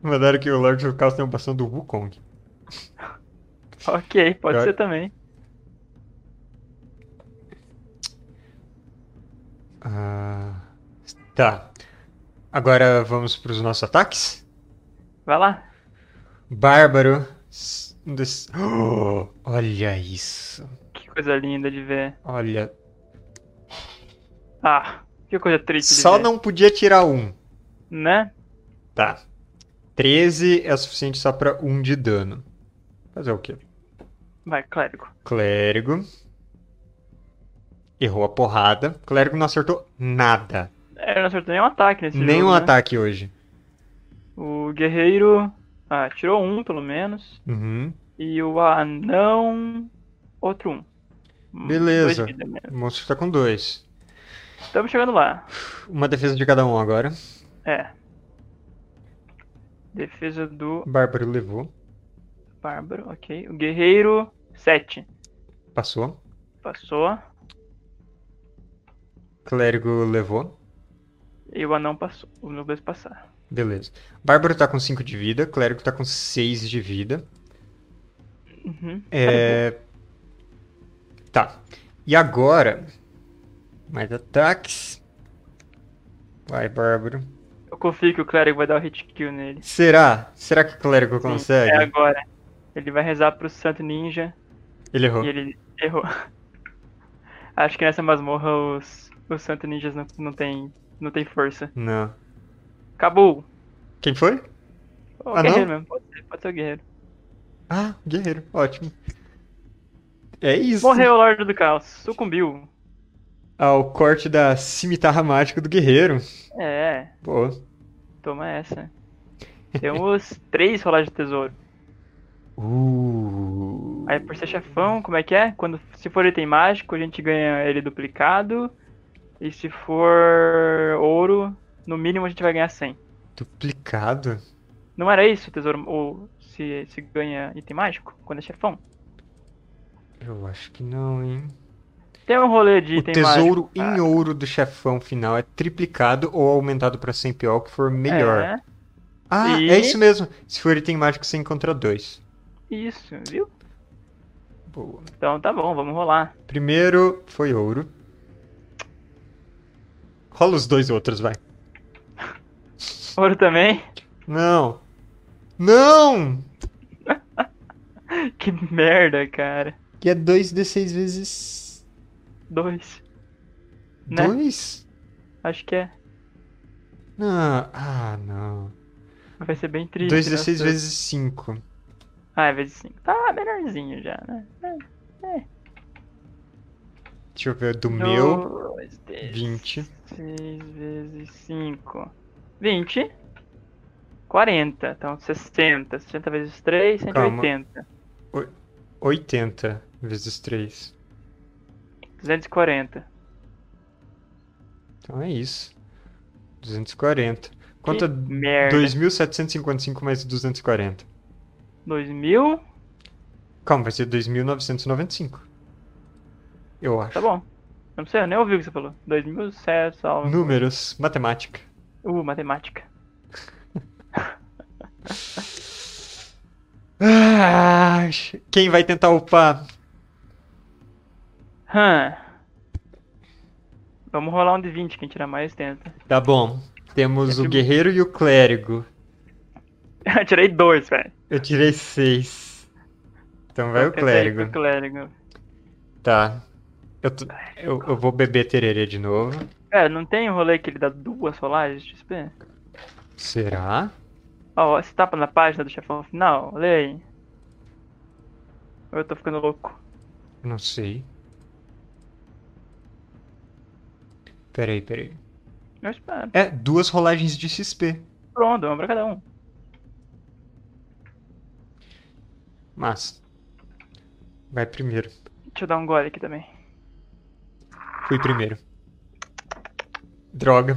S1: Mandaram que o Lorde do Caos tem um bastão do Wukong.
S2: Ok, pode
S1: Eu-
S2: ser também.
S1: Ah, tá. Agora vamos para os nossos ataques.
S2: Vai lá.
S1: Bárbaro. s- um dos- Oh, olha isso.
S2: Que coisa linda de ver.
S1: Olha.
S2: Ah, que coisa triste de
S1: Só
S2: ver.
S1: não podia tirar um.
S2: Né?
S1: Tá. 13 é o suficiente só para um de dano. Fazer o quê?
S2: Vai, clérigo.
S1: Clérigo. Errou a porrada. Clérigo não acertou nada.
S2: É, Eu não acertou nenhum ataque nesse jogo.
S1: Nenhum
S2: né?
S1: ataque hoje.
S2: O guerreiro ah, tirou um, pelo menos.
S1: Uhum.
S2: E o anão, outro um. Hum,
S1: Beleza.
S2: dois de vida mesmo.
S1: O monstro tá com dois.
S2: Estamos chegando lá.
S1: Uma defesa de cada um agora.
S2: É. Defesa do
S1: Bárbaro levou.
S2: bárbaro, ok. O guerreiro, 7.
S1: Passou.
S2: Passou.
S1: Clérigo levou.
S2: E o anão passou. O nobreza passar.
S1: Beleza. Bárbaro tá com 5 de vida. Clérigo tá com 6 de vida.
S2: Uhum.
S1: É. Tá. E agora. Mais ataques. Vai, Bárbaro.
S2: Eu confio que o clérigo vai dar o hit kill nele.
S1: Será? Será que o clérigo
S2: Sim,
S1: consegue?
S2: É agora. Ele vai rezar pro santo ninja
S1: Ele errou.
S2: e ele errou. Acho que nessa masmorra os, os santo ninjas não, não tem não tem força.
S1: Não.
S2: Acabou.
S1: Quem foi?
S2: O
S1: Ah, não?
S2: guerreiro mesmo. Pode ser, pode ser o guerreiro.
S1: Ah, guerreiro. Ótimo. É isso.
S2: Morreu o Lorde do Caos. Sucumbiu.
S1: Ao corte da cimitarra mágica do guerreiro.
S2: É.
S1: Pô.
S2: Toma essa. Temos três rolagens de tesouro.
S1: Uh.
S2: Aí por ser chefão, como é que é? Quando, se for item mágico, a gente ganha ele duplicado. E se for ouro, no mínimo a gente vai ganhar 100.
S1: Duplicado?
S2: Não era isso, tesouro? Ou se, se ganha item mágico? Quando é chefão?
S1: Eu acho que não, hein?
S2: Tem um rolê de
S1: O
S2: item
S1: tesouro
S2: mágico.
S1: em ouro do chefão final é triplicado ou aumentado pra 100 PO, o que for
S2: É,
S1: melhor. Ah,
S2: E-
S1: é isso mesmo. Se for item mágico, você encontra dois.
S2: isso, viu?
S1: Boa.
S2: Então tá bom, vamos rolar.
S1: Primeiro foi ouro. Rola os dois outros, vai.
S2: Ouro também.
S1: Não. Não!
S2: Que merda, cara.
S1: Que é 2d6 vezes.
S2: Dois. Né?
S1: 2?
S2: Acho que é.
S1: Não. Ah, não.
S2: Vai ser bem triste.
S1: 2d6
S2: nossa.
S1: vezes 5.
S2: Ah, é vezes 5. Tá melhorzinho já, né?
S1: Deixa eu ver, do meu.
S2: Dois, dez,
S1: 20.
S2: seis vezes 5. 20. 40. Então 60. 60 vezes 3,
S1: Calma.
S2: 180.
S1: 80 vezes 3.
S2: 240.
S1: Então é isso. 240. Quanto é
S2: que merda.
S1: 2.755 mais 240?
S2: 2000.
S1: Calma, vai ser 2.995. Eu acho.
S2: Tá bom. Eu não sei, eu nem ouvi o que você falou. 2000, certo, salve.
S1: Números, matemática.
S2: Uh, matemática.
S1: Ah, quem vai tentar upar?
S2: Hã. Vamos rolar um de 20, quem tirar mais tenta.
S1: Tá bom. Temos o
S2: Esse-
S1: guerreiro e o clérigo.
S2: Eu tirei dois, velho.
S1: Eu tirei 6. Então vai o
S2: Eu tentei pro
S1: clérigo.
S2: clérigo.
S1: Tá. Eu, tô- eu, eu vou beber tererê de novo.
S2: Cara, não tem um rolê que ele dá duas rolagens de XP?
S1: Será?
S2: Ó, você tapa na página do chefão final? Lê aí. Ou eu tô ficando louco?
S1: Não sei. Peraí, peraí.
S2: Eu espero.
S1: É, duas rolagens de XP.
S2: Pronto, uma pra cada um.
S1: Mas. Vai primeiro.
S2: Deixa eu dar um gole aqui também.
S1: Fui primeiro. Droga.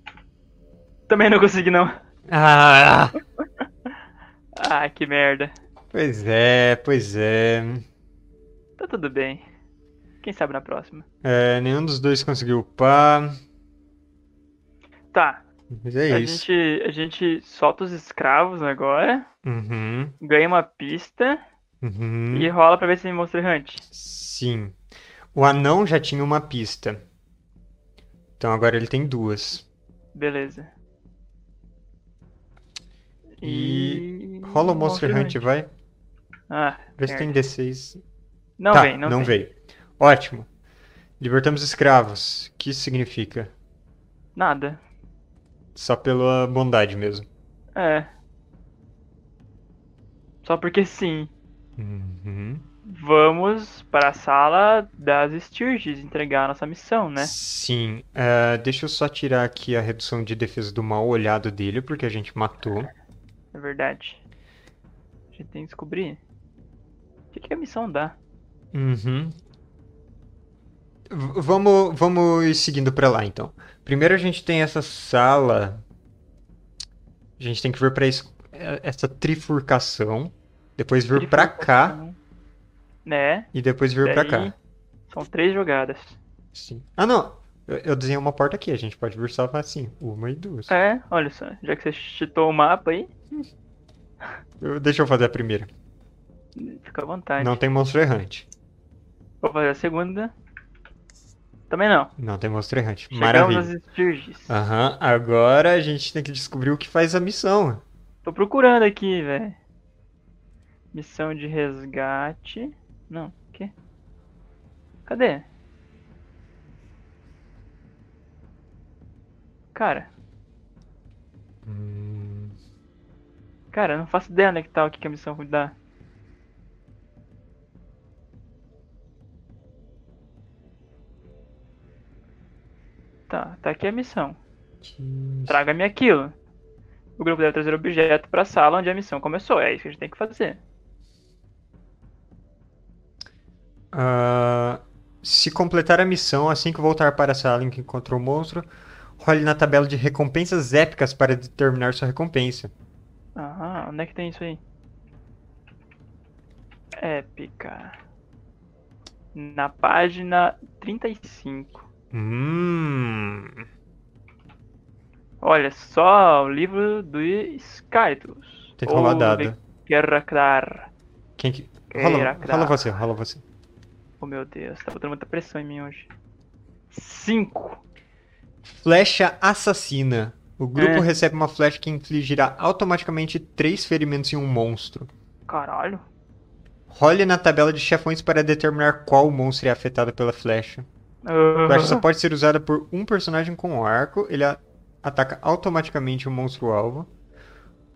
S2: Também não consegui, não.
S1: Ah!
S2: Ah, que merda.
S1: Pois é, pois é.
S2: Tá tudo bem. Quem sabe na próxima.
S1: É, nenhum dos dois conseguiu upar.
S2: Tá,
S1: Mas é
S2: a
S1: isso.
S2: gente, a gente solta os escravos agora,
S1: Uhum.
S2: ganha uma pista
S1: Uhum.
S2: E rola pra ver se é Monster Hunt.
S1: Sim. O anão já tinha uma pista. Então agora ele tem duas.
S2: Beleza.
S1: E Rola o
S2: Hum,
S1: Monster, Hunt, vai.
S2: Ah,
S1: Vê se tem D6.
S2: não
S1: tá,
S2: vem, não,
S1: não
S2: vem.
S1: veio. Ótimo. Libertamos escravos. O que isso significa?
S2: Nada.
S1: Só pela bondade mesmo.
S2: É. Só porque sim.
S1: Uhum.
S2: Vamos para a sala das Sturges entregar a nossa missão, né?
S1: Sim. É, deixa eu só tirar aqui a redução de defesa do mal olhado dele, porque a gente matou.
S2: É verdade. A gente tem que descobrir. O que, que a missão dá?
S1: Uhum. V- Vamos, vamos ir seguindo pra lá, então. Primeiro a gente tem essa sala. A gente tem que vir pra es- eh, essa trifurcação. Depois vir pra cá
S2: Trifurcação. Né?
S1: e depois vir pra
S2: Daí-
S1: cá.
S2: São três jogadas.
S1: Sim. Ah, não! Eu, eu desenhei uma porta aqui. A gente pode vir só assim, uma e duas.
S2: É, olha só. Já que você chitou o mapa aí,
S1: Eu- deixa eu fazer a primeira.
S2: fica à vontade.
S1: Não tem monstro errante.
S2: Vou fazer a segunda. Também não.
S1: Não tem monstro errante.
S2: Chegamos
S1: Maravilha.
S2: às Sturges.
S1: Aham, agora a gente tem que descobrir o que faz a missão.
S2: Tô procurando aqui, velho. Missão de resgate. Não, o quê? Cadê? Cara,
S1: Hum,
S2: cara, eu não faço ideia onde é que tá o que que a missão vai dar. Tá, tá aqui a missão.
S1: que-
S2: Traga-me aquilo. O grupo deve trazer o objeto para a sala onde a missão começou. É isso que a gente tem que fazer.
S1: Ah, se completar a missão, assim que voltar para a sala em que encontrou o monstro, role na tabela de recompensas épicas para determinar sua recompensa.
S2: Aham, onde é que tem isso aí? Épica. Na página 35.
S1: Hum.
S2: Olha só, o livro do Skytus.
S1: Tem que rolar
S2: Ou
S1: dado.
S2: Oh, de Kerraklar.
S1: Quem que...
S2: Queira,
S1: Rola,
S2: crá.
S1: rola você, rola você.
S2: Oh meu Deus, tá botando muita pressão em mim hoje. 5.
S1: Flecha assassina. O grupo
S2: É.
S1: recebe uma flecha que infligirá automaticamente três ferimentos em um monstro.
S2: Caralho.
S1: Role na tabela de chefões para determinar qual monstro é afetado pela flecha. A flecha só
S2: Ah,
S1: pode ser usada por um personagem com arco. Ele a- ataca automaticamente o monstro alvo.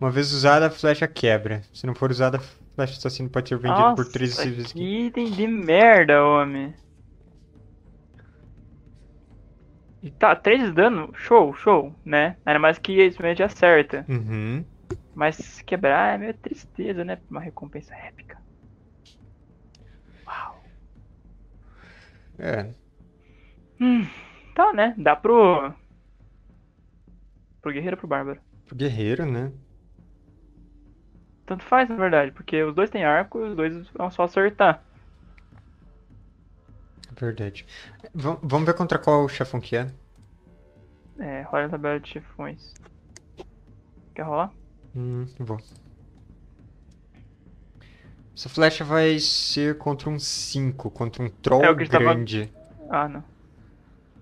S1: Uma vez usada, a flecha quebra. Se não for usada, a flecha assassino pode ser vendida por
S2: nossa,
S1: 3 civils
S2: que item de merda, homem. Tá, 3 de dano, show, show, né? Ainda mais que isso mesmo acerta.
S1: Uhum.
S2: Mas se quebrar é meio tristeza, né? Uma recompensa épica. Uau.
S1: É.
S2: Hum, tá, né? Dá pro. Pro guerreiro ou pro bárbaro.
S1: Pro guerreiro, né?
S2: Tanto faz, na verdade, porque os dois têm arco e os dois vão só acertar.
S1: É Verdade. V- vamos ver contra qual chefão que é.
S2: É, rola a tabela de chefões. Quer rolar?
S1: Hum, vou. Essa flecha vai ser contra um 5, contra um troll
S2: É o que a gente tava-
S1: grande.
S2: Ah, não.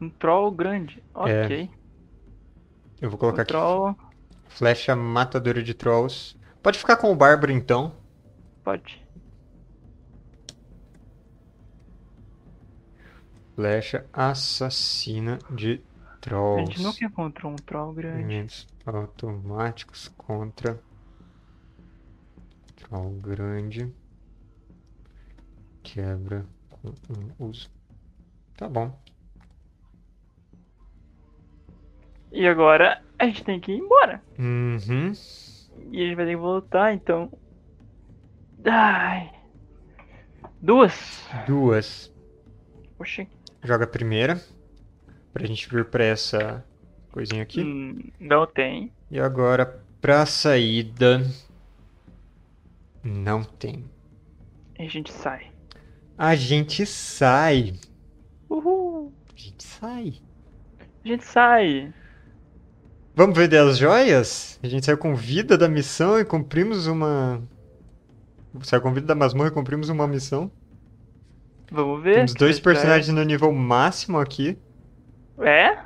S2: Um troll grande.
S1: É,
S2: Ok.
S1: Eu vou
S2: Um
S1: colocar aqui.
S2: troll.
S1: Flecha matadora de trolls. Pode ficar com o bárbaro então.
S2: Pode.
S1: Flecha assassina de
S2: A
S1: trolls.
S2: gente nunca encontrou um troll grande.
S1: Movimentos automáticos contra troll grande. Quebra com um uso. Tá bom.
S2: E agora a gente tem que ir embora.
S1: Uhum.
S2: E a gente vai ter que voltar, então. Ai. Duas.
S1: Duas.
S2: Oxi.
S1: Joga a primeira. Pra gente vir pra essa coisinha aqui.
S2: Hum, não tem.
S1: E agora pra saída. Não tem.
S2: E a gente sai.
S1: A gente sai.
S2: Uhul.
S1: A gente sai.
S2: A gente sai.
S1: Vamos vender as joias? A gente saiu com vida da missão e cumprimos uma. saiu convite da masmorra e cumprimos uma missão.
S2: Vamos ver.
S1: Temos
S2: que
S1: dois
S2: vocês
S1: personagens no nível máximo aqui.
S2: querem. É?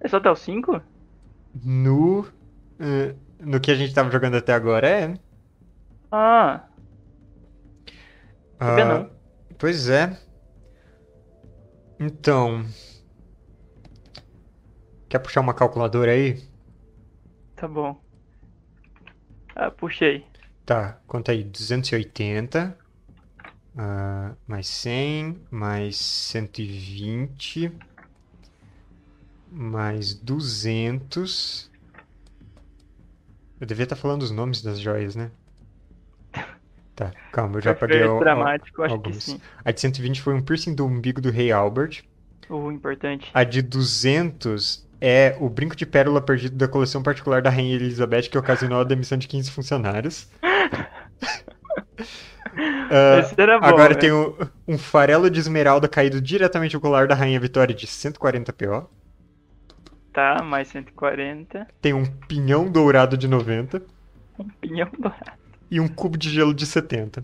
S2: É só até o 5?
S1: No. eh, no que a gente tava jogando até agora, é.
S2: Ah, Sabia
S1: Ah,
S2: não.
S1: Pois é. Então. Quer puxar uma calculadora aí?
S2: tá bom. Ah, puxei.
S1: Tá, conta aí, 280. ah, mais 100, mais 120, mais 200. Eu devia estar falando os nomes das joias, né? Tá, calma, eu já
S2: Foi
S1: apaguei o- o-
S2: dramático, acho
S1: alguns.
S2: que sim.
S1: A de 120 foi um piercing do umbigo do rei Albert.
S2: O importante.
S1: A de 200 é o brinco de pérola perdido da coleção particular da Rainha Elizabeth, que ocasionou a demissão de 15 funcionários. Ah,
S2: Esse era bom.
S1: agora
S2: né?
S1: tem o- um farelo de esmeralda caído diretamente ao colar da Rainha Vitória de 140 PO.
S2: Tá, mais 140.
S1: Tem um pinhão dourado de 90
S2: Um pinhão dourado.
S1: e um cubo de gelo de 70.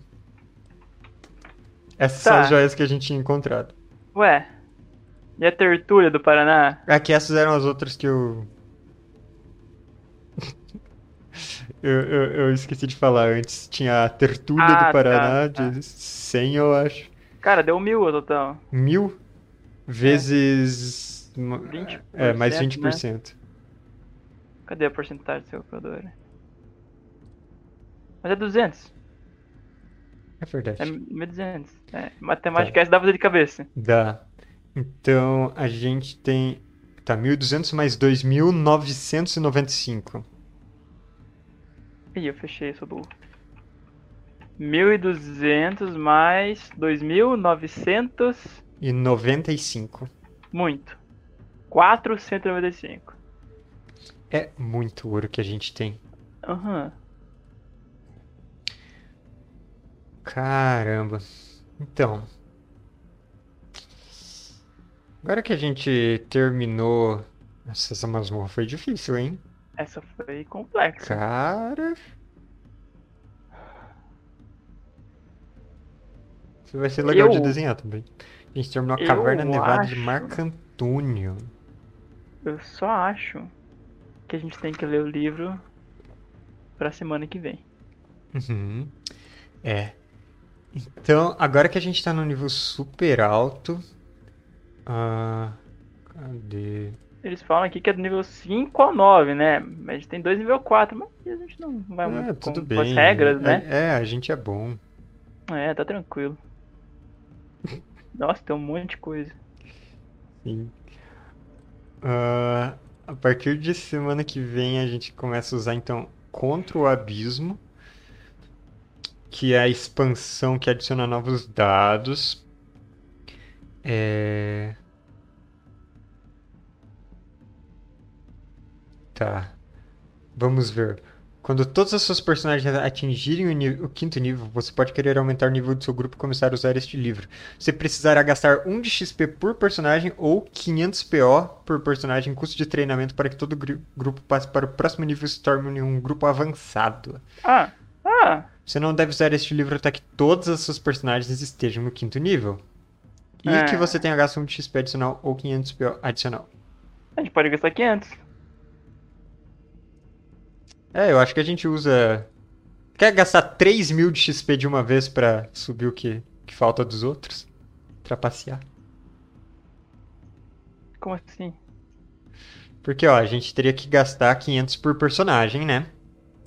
S1: Essas são
S2: Tá.
S1: as joias que a gente tinha encontrado.
S2: Ué. E a tertúlia do Paraná?
S1: Aqui essas eram as outras que eu. eu, eu, eu esqueci de falar antes. Tinha a Tertúlia
S2: Ah,
S1: do
S2: tá,
S1: Paraná,
S2: tá.
S1: de 100, eu acho.
S2: Cara, deu mil o total.
S1: Mil vezes. ma-
S2: 20%,
S1: É, mais
S2: né?
S1: 20%.
S2: Cadê a porcentagem do seu calculador? Mas é 200.
S1: É verdade.
S2: É 1200. É, matemática essa dá pra fazer de cabeça.
S1: Dá. Então a gente tem. Tá, 1.200 mais 2.995.
S2: Ih, eu fechei, sou burro. 1200 mais 2900.
S1: E 95.
S2: Muito. 495.
S1: É muito ouro que a gente tem.
S2: Aham.
S1: Caramba. Então. Agora que a gente terminou. Nossa, essa masmorra foi difícil, hein?
S2: Essa foi complexa.
S1: Cara. Isso vai ser legal de
S2: Eu-
S1: desenhar também. A gente terminou a
S2: Eu
S1: Caverna Nevada de
S2: acho-
S1: Marco Antônio.
S2: Eu só acho que a gente tem que ler o livro pra semana que vem.
S1: Uhum. É. Então, agora que a gente tá no nível super alto. Ah. Cadê?
S2: Eles falam aqui que é do nível 5 ao 9, né? Mas a gente tem dois nível 4, mas a gente não vai
S1: É,
S2: muito Tá, com,
S1: tudo
S2: com as
S1: bem.
S2: regras,
S1: É-
S2: né?
S1: É, a gente é bom.
S2: É, tá tranquilo. Nossa, tem um monte de coisa.
S1: Sim. Ah, a partir de semana que vem a gente começa a usar então Contra o Abismo, que é a expansão que adiciona novos dados. É... Tá. Vamos ver. Quando todas as suas personagens atingirem o, ni- o quinto nível, você pode querer aumentar o nível do seu grupo e começar a usar este livro. Você precisará gastar 1 de XP por personagem ou 500 PO por personagem, custo de treinamento para que todo gru- grupo passe para o próximo nível e se torne um grupo avançado.
S2: Ah, ah,
S1: Você não deve usar este livro até que todas as suas personagens estejam no quinto nível. E
S2: É.
S1: que você tenha gasto 1 de XP adicional ou 500 PO adicional.
S2: a gente pode gastar 500.
S1: É, eu acho que a gente usa. Quer gastar 3 mil de XP de uma vez pra subir o que, que falta dos outros? Trapacear.
S2: Como assim?
S1: Porque, ó, a gente teria que gastar 500 por personagem, né?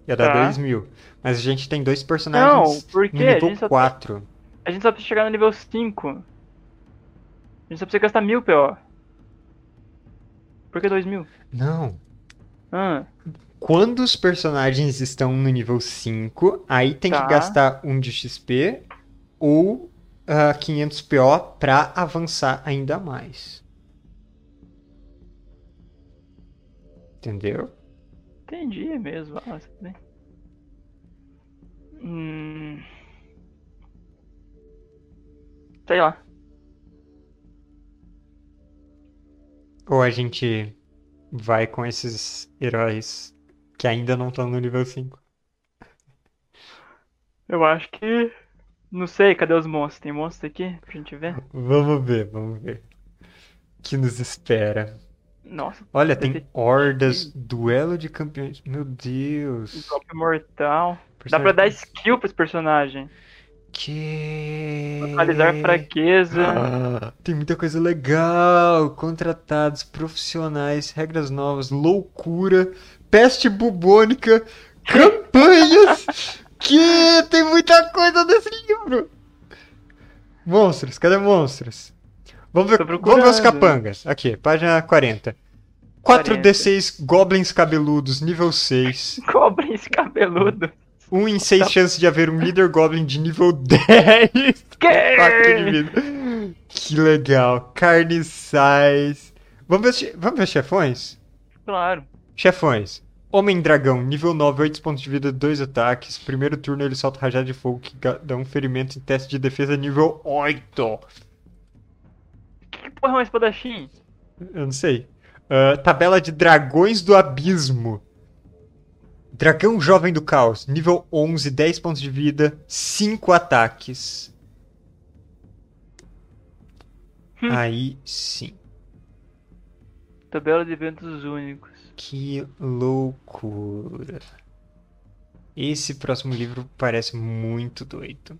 S1: Ia dar
S2: Tá.
S1: 2 mil. Mas a gente tem dois
S2: Não,
S1: personagens
S2: porque
S1: no
S2: a
S1: nível
S2: gente, só, a
S1: 4.
S2: gente só precisa chegar no nível 5. A gente só precisa gastar 1000 PO. Por que 2000?
S1: Não.
S2: Ah,
S1: Quando os personagens estão no nível 5, aí tem
S2: Tá.
S1: que gastar 1 de XP ou ah, 500 PO pra avançar ainda mais. Entendeu?
S2: entendi mesmo. Nossa, né? Hum. Sei lá.
S1: Ou a gente vai com esses heróis que ainda não estão no nível 5.
S2: Eu acho que. Não sei, cadê os monstros? Tem monstros aqui pra gente ver?
S1: Vamos ver, vamos ver. O que nos espera?
S2: Nossa,
S1: Olha,
S2: Deve
S1: tem
S2: ter
S1: hordas, duelo de campeões. Meu
S2: um
S1: Deus.
S2: golpe mortal. Dá pra dar skill pros personagens.
S1: Que.
S2: Localizar
S1: É.
S2: fraqueza.
S1: Ah, tem muita coisa legal. Contratados, profissionais, regras novas, loucura, peste bubônica, campanhas. que tem muita coisa nesse livro. Monstros, cadê monstros? Vamos ver,
S2: Tô
S1: vamos ver os
S2: procurando.
S1: capangas. Aqui, página 40. 4d6 goblins cabeludos, nível 6.
S2: Cobrem esse cabeludo.
S1: 1 em
S2: Tá.
S1: 6 chances de haver um líder goblin de nível 10. Pacto de
S2: Que?
S1: vida. Que legal. Carniçais. Vamos ver, os che- vamos ver chefões?
S2: Claro.
S1: Chefões. Homem Dragão, nível 9, 8 pontos de vida, 2 ataques. Primeiro turno ele solta rajada de fogo que ga- dá um ferimento em teste de defesa nível 8.
S2: Que porra é um espadachim?
S1: Eu não sei. Ah, tabela de Dragões do Abismo. Dragão Jovem do Caos, nível 11, 10 pontos de vida, 5 ataques.
S2: Hum.
S1: Aí sim.
S2: Tabela de eventos únicos.
S1: Que loucura. Esse próximo livro parece muito doido.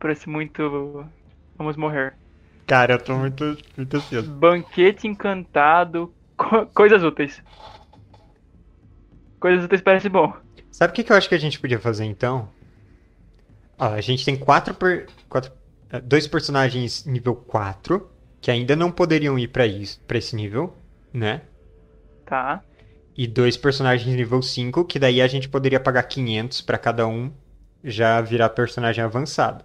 S2: Parece muito. Vamos morrer.
S1: Cara, eu tô muito, muito ansioso.
S2: Banquete encantado. co- coisas úteis. Coisas úteis parece bom.
S1: Sabe o que, que eu acho que a gente podia fazer então? Ó, a gente tem quatro, per- quatro- eh, dois personagens nível 4 que ainda não poderiam ir pra isso, para esse nível, né?
S2: Tá.
S1: E dois personagens nível 5 que daí a gente poderia pagar 500 pra cada um já virar personagem avançado.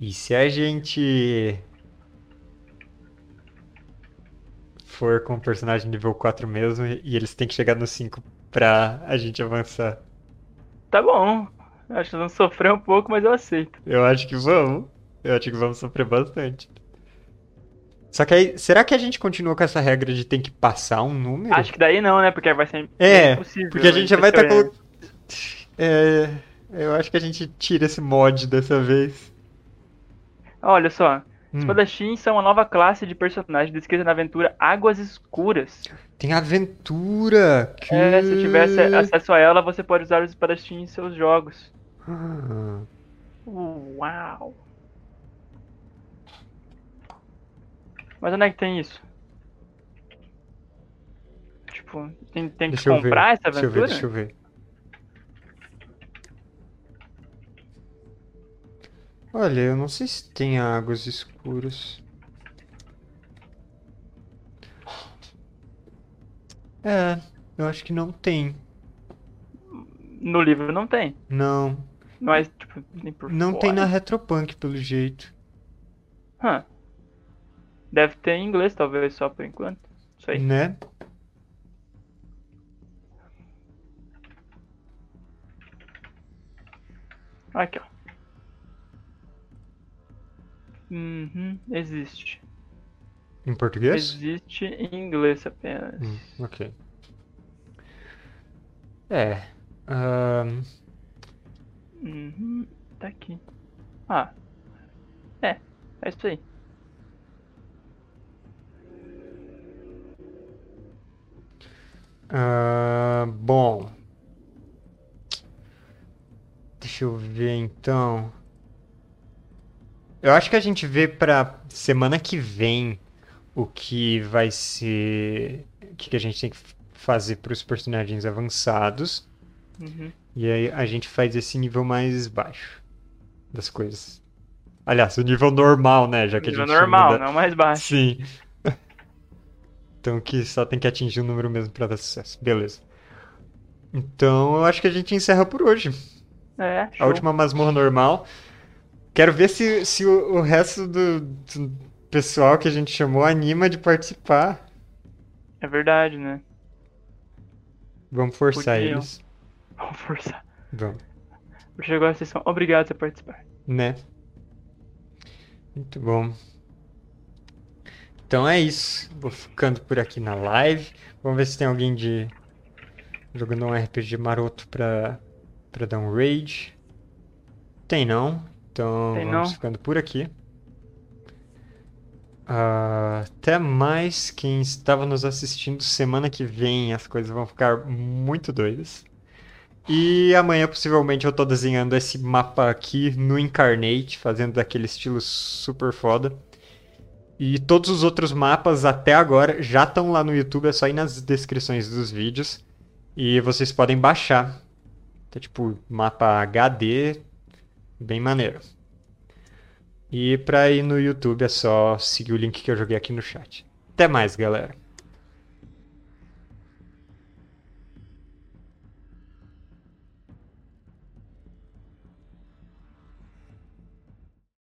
S1: E se a gente for com o personagem nível 4 mesmo e eles têm que chegar no 5 pra a gente avançar?
S2: Tá bom. Acho que nós vamos sofrer um pouco, mas eu aceito.
S1: Eu acho que vamos. Eu acho que vamos sofrer bastante. Só que aí, será que a gente continua com essa regra de tem que passar um número?
S2: Acho que daí não, né? Porque vai ser
S1: É,
S2: impossível. né,
S1: Porque a gente já vai tá estar
S2: estar
S1: colocando. É, eu acho que a gente tira esse mod dessa vez.
S2: Olha só.
S1: Hum,
S2: Espadachins são uma nova classe de personagens descrita na aventura Águas Escuras.
S1: tem aventura! Que...
S2: É, se tivesse acesso a ela, você pode usar os espadachins em seus jogos.
S1: Ah,
S2: Uau! Mas onde é que tem isso? Tipo, tem, tem que
S1: Deixa eu ver,
S2: comprar essa
S1: Deixa eu ver,
S2: aventura?
S1: deixa eu ver. Olha, eu não sei se tem águas escuras. É, eu acho que não tem.
S2: No livro não tem.
S1: Não.
S2: Não é, tipo, nem por
S1: Não tem na
S2: fora.
S1: Retropunk, pelo jeito.
S2: Hã. Deve ter em inglês, talvez, só por enquanto. Não sei.
S1: Né?
S2: Aqui, ó. Uhum, existe.
S1: Em português?
S2: Existe em inglês apenas.
S1: Hum, ok. É. ahn,
S2: Uhum, tá aqui. Ah. É, é isso aí.
S1: Ah, bom. Deixa eu ver então. Eu acho que a gente vê pra semana que vem o que vai ser. O que que a gente tem que f- fazer pros personagens avançados.
S2: Uhum.
S1: E aí a gente faz esse nível mais baixo das coisas. Aliás, o nível normal, né? Já que a
S2: Nível
S1: gente chama
S2: normal,
S1: da-
S2: não mais baixo.
S1: Sim. Então que só tem que atingir o número mesmo pra dar sucesso. Beleza. Então eu acho que a gente encerra por hoje.
S2: É,
S1: A
S2: show.
S1: última masmorra normal. Quero ver se, se o, o resto do, do pessoal que a gente chamou anima de participar.
S2: É verdade, né?
S1: Vamos forçar
S2: Podiam.
S1: eles.
S2: Vamos forçar.
S1: Vamos,
S2: Porque agora vocês são obrigados a participar.
S1: né? Muito bom. Então é isso. Vou ficando por aqui na live. Vamos ver se tem alguém de jogando um RPG maroto pra pra dar um raid. Tem não, então
S2: Tem
S1: vamos
S2: não.
S1: ficando por aqui. Ah, até mais quem estava nos assistindo. Semana que vem as coisas vão ficar muito doidas. E amanhã possivelmente eu tô desenhando esse mapa aqui no Incarnate, fazendo daquele estilo super foda. E todos os outros mapas até agora já estão lá no YouTube, é só ir nas descrições dos vídeos. E vocês podem baixar. Tá tipo mapa HD, bem maneiro. E pra ir no YouTube é só seguir o link que eu joguei aqui no chat. Até mais, galera.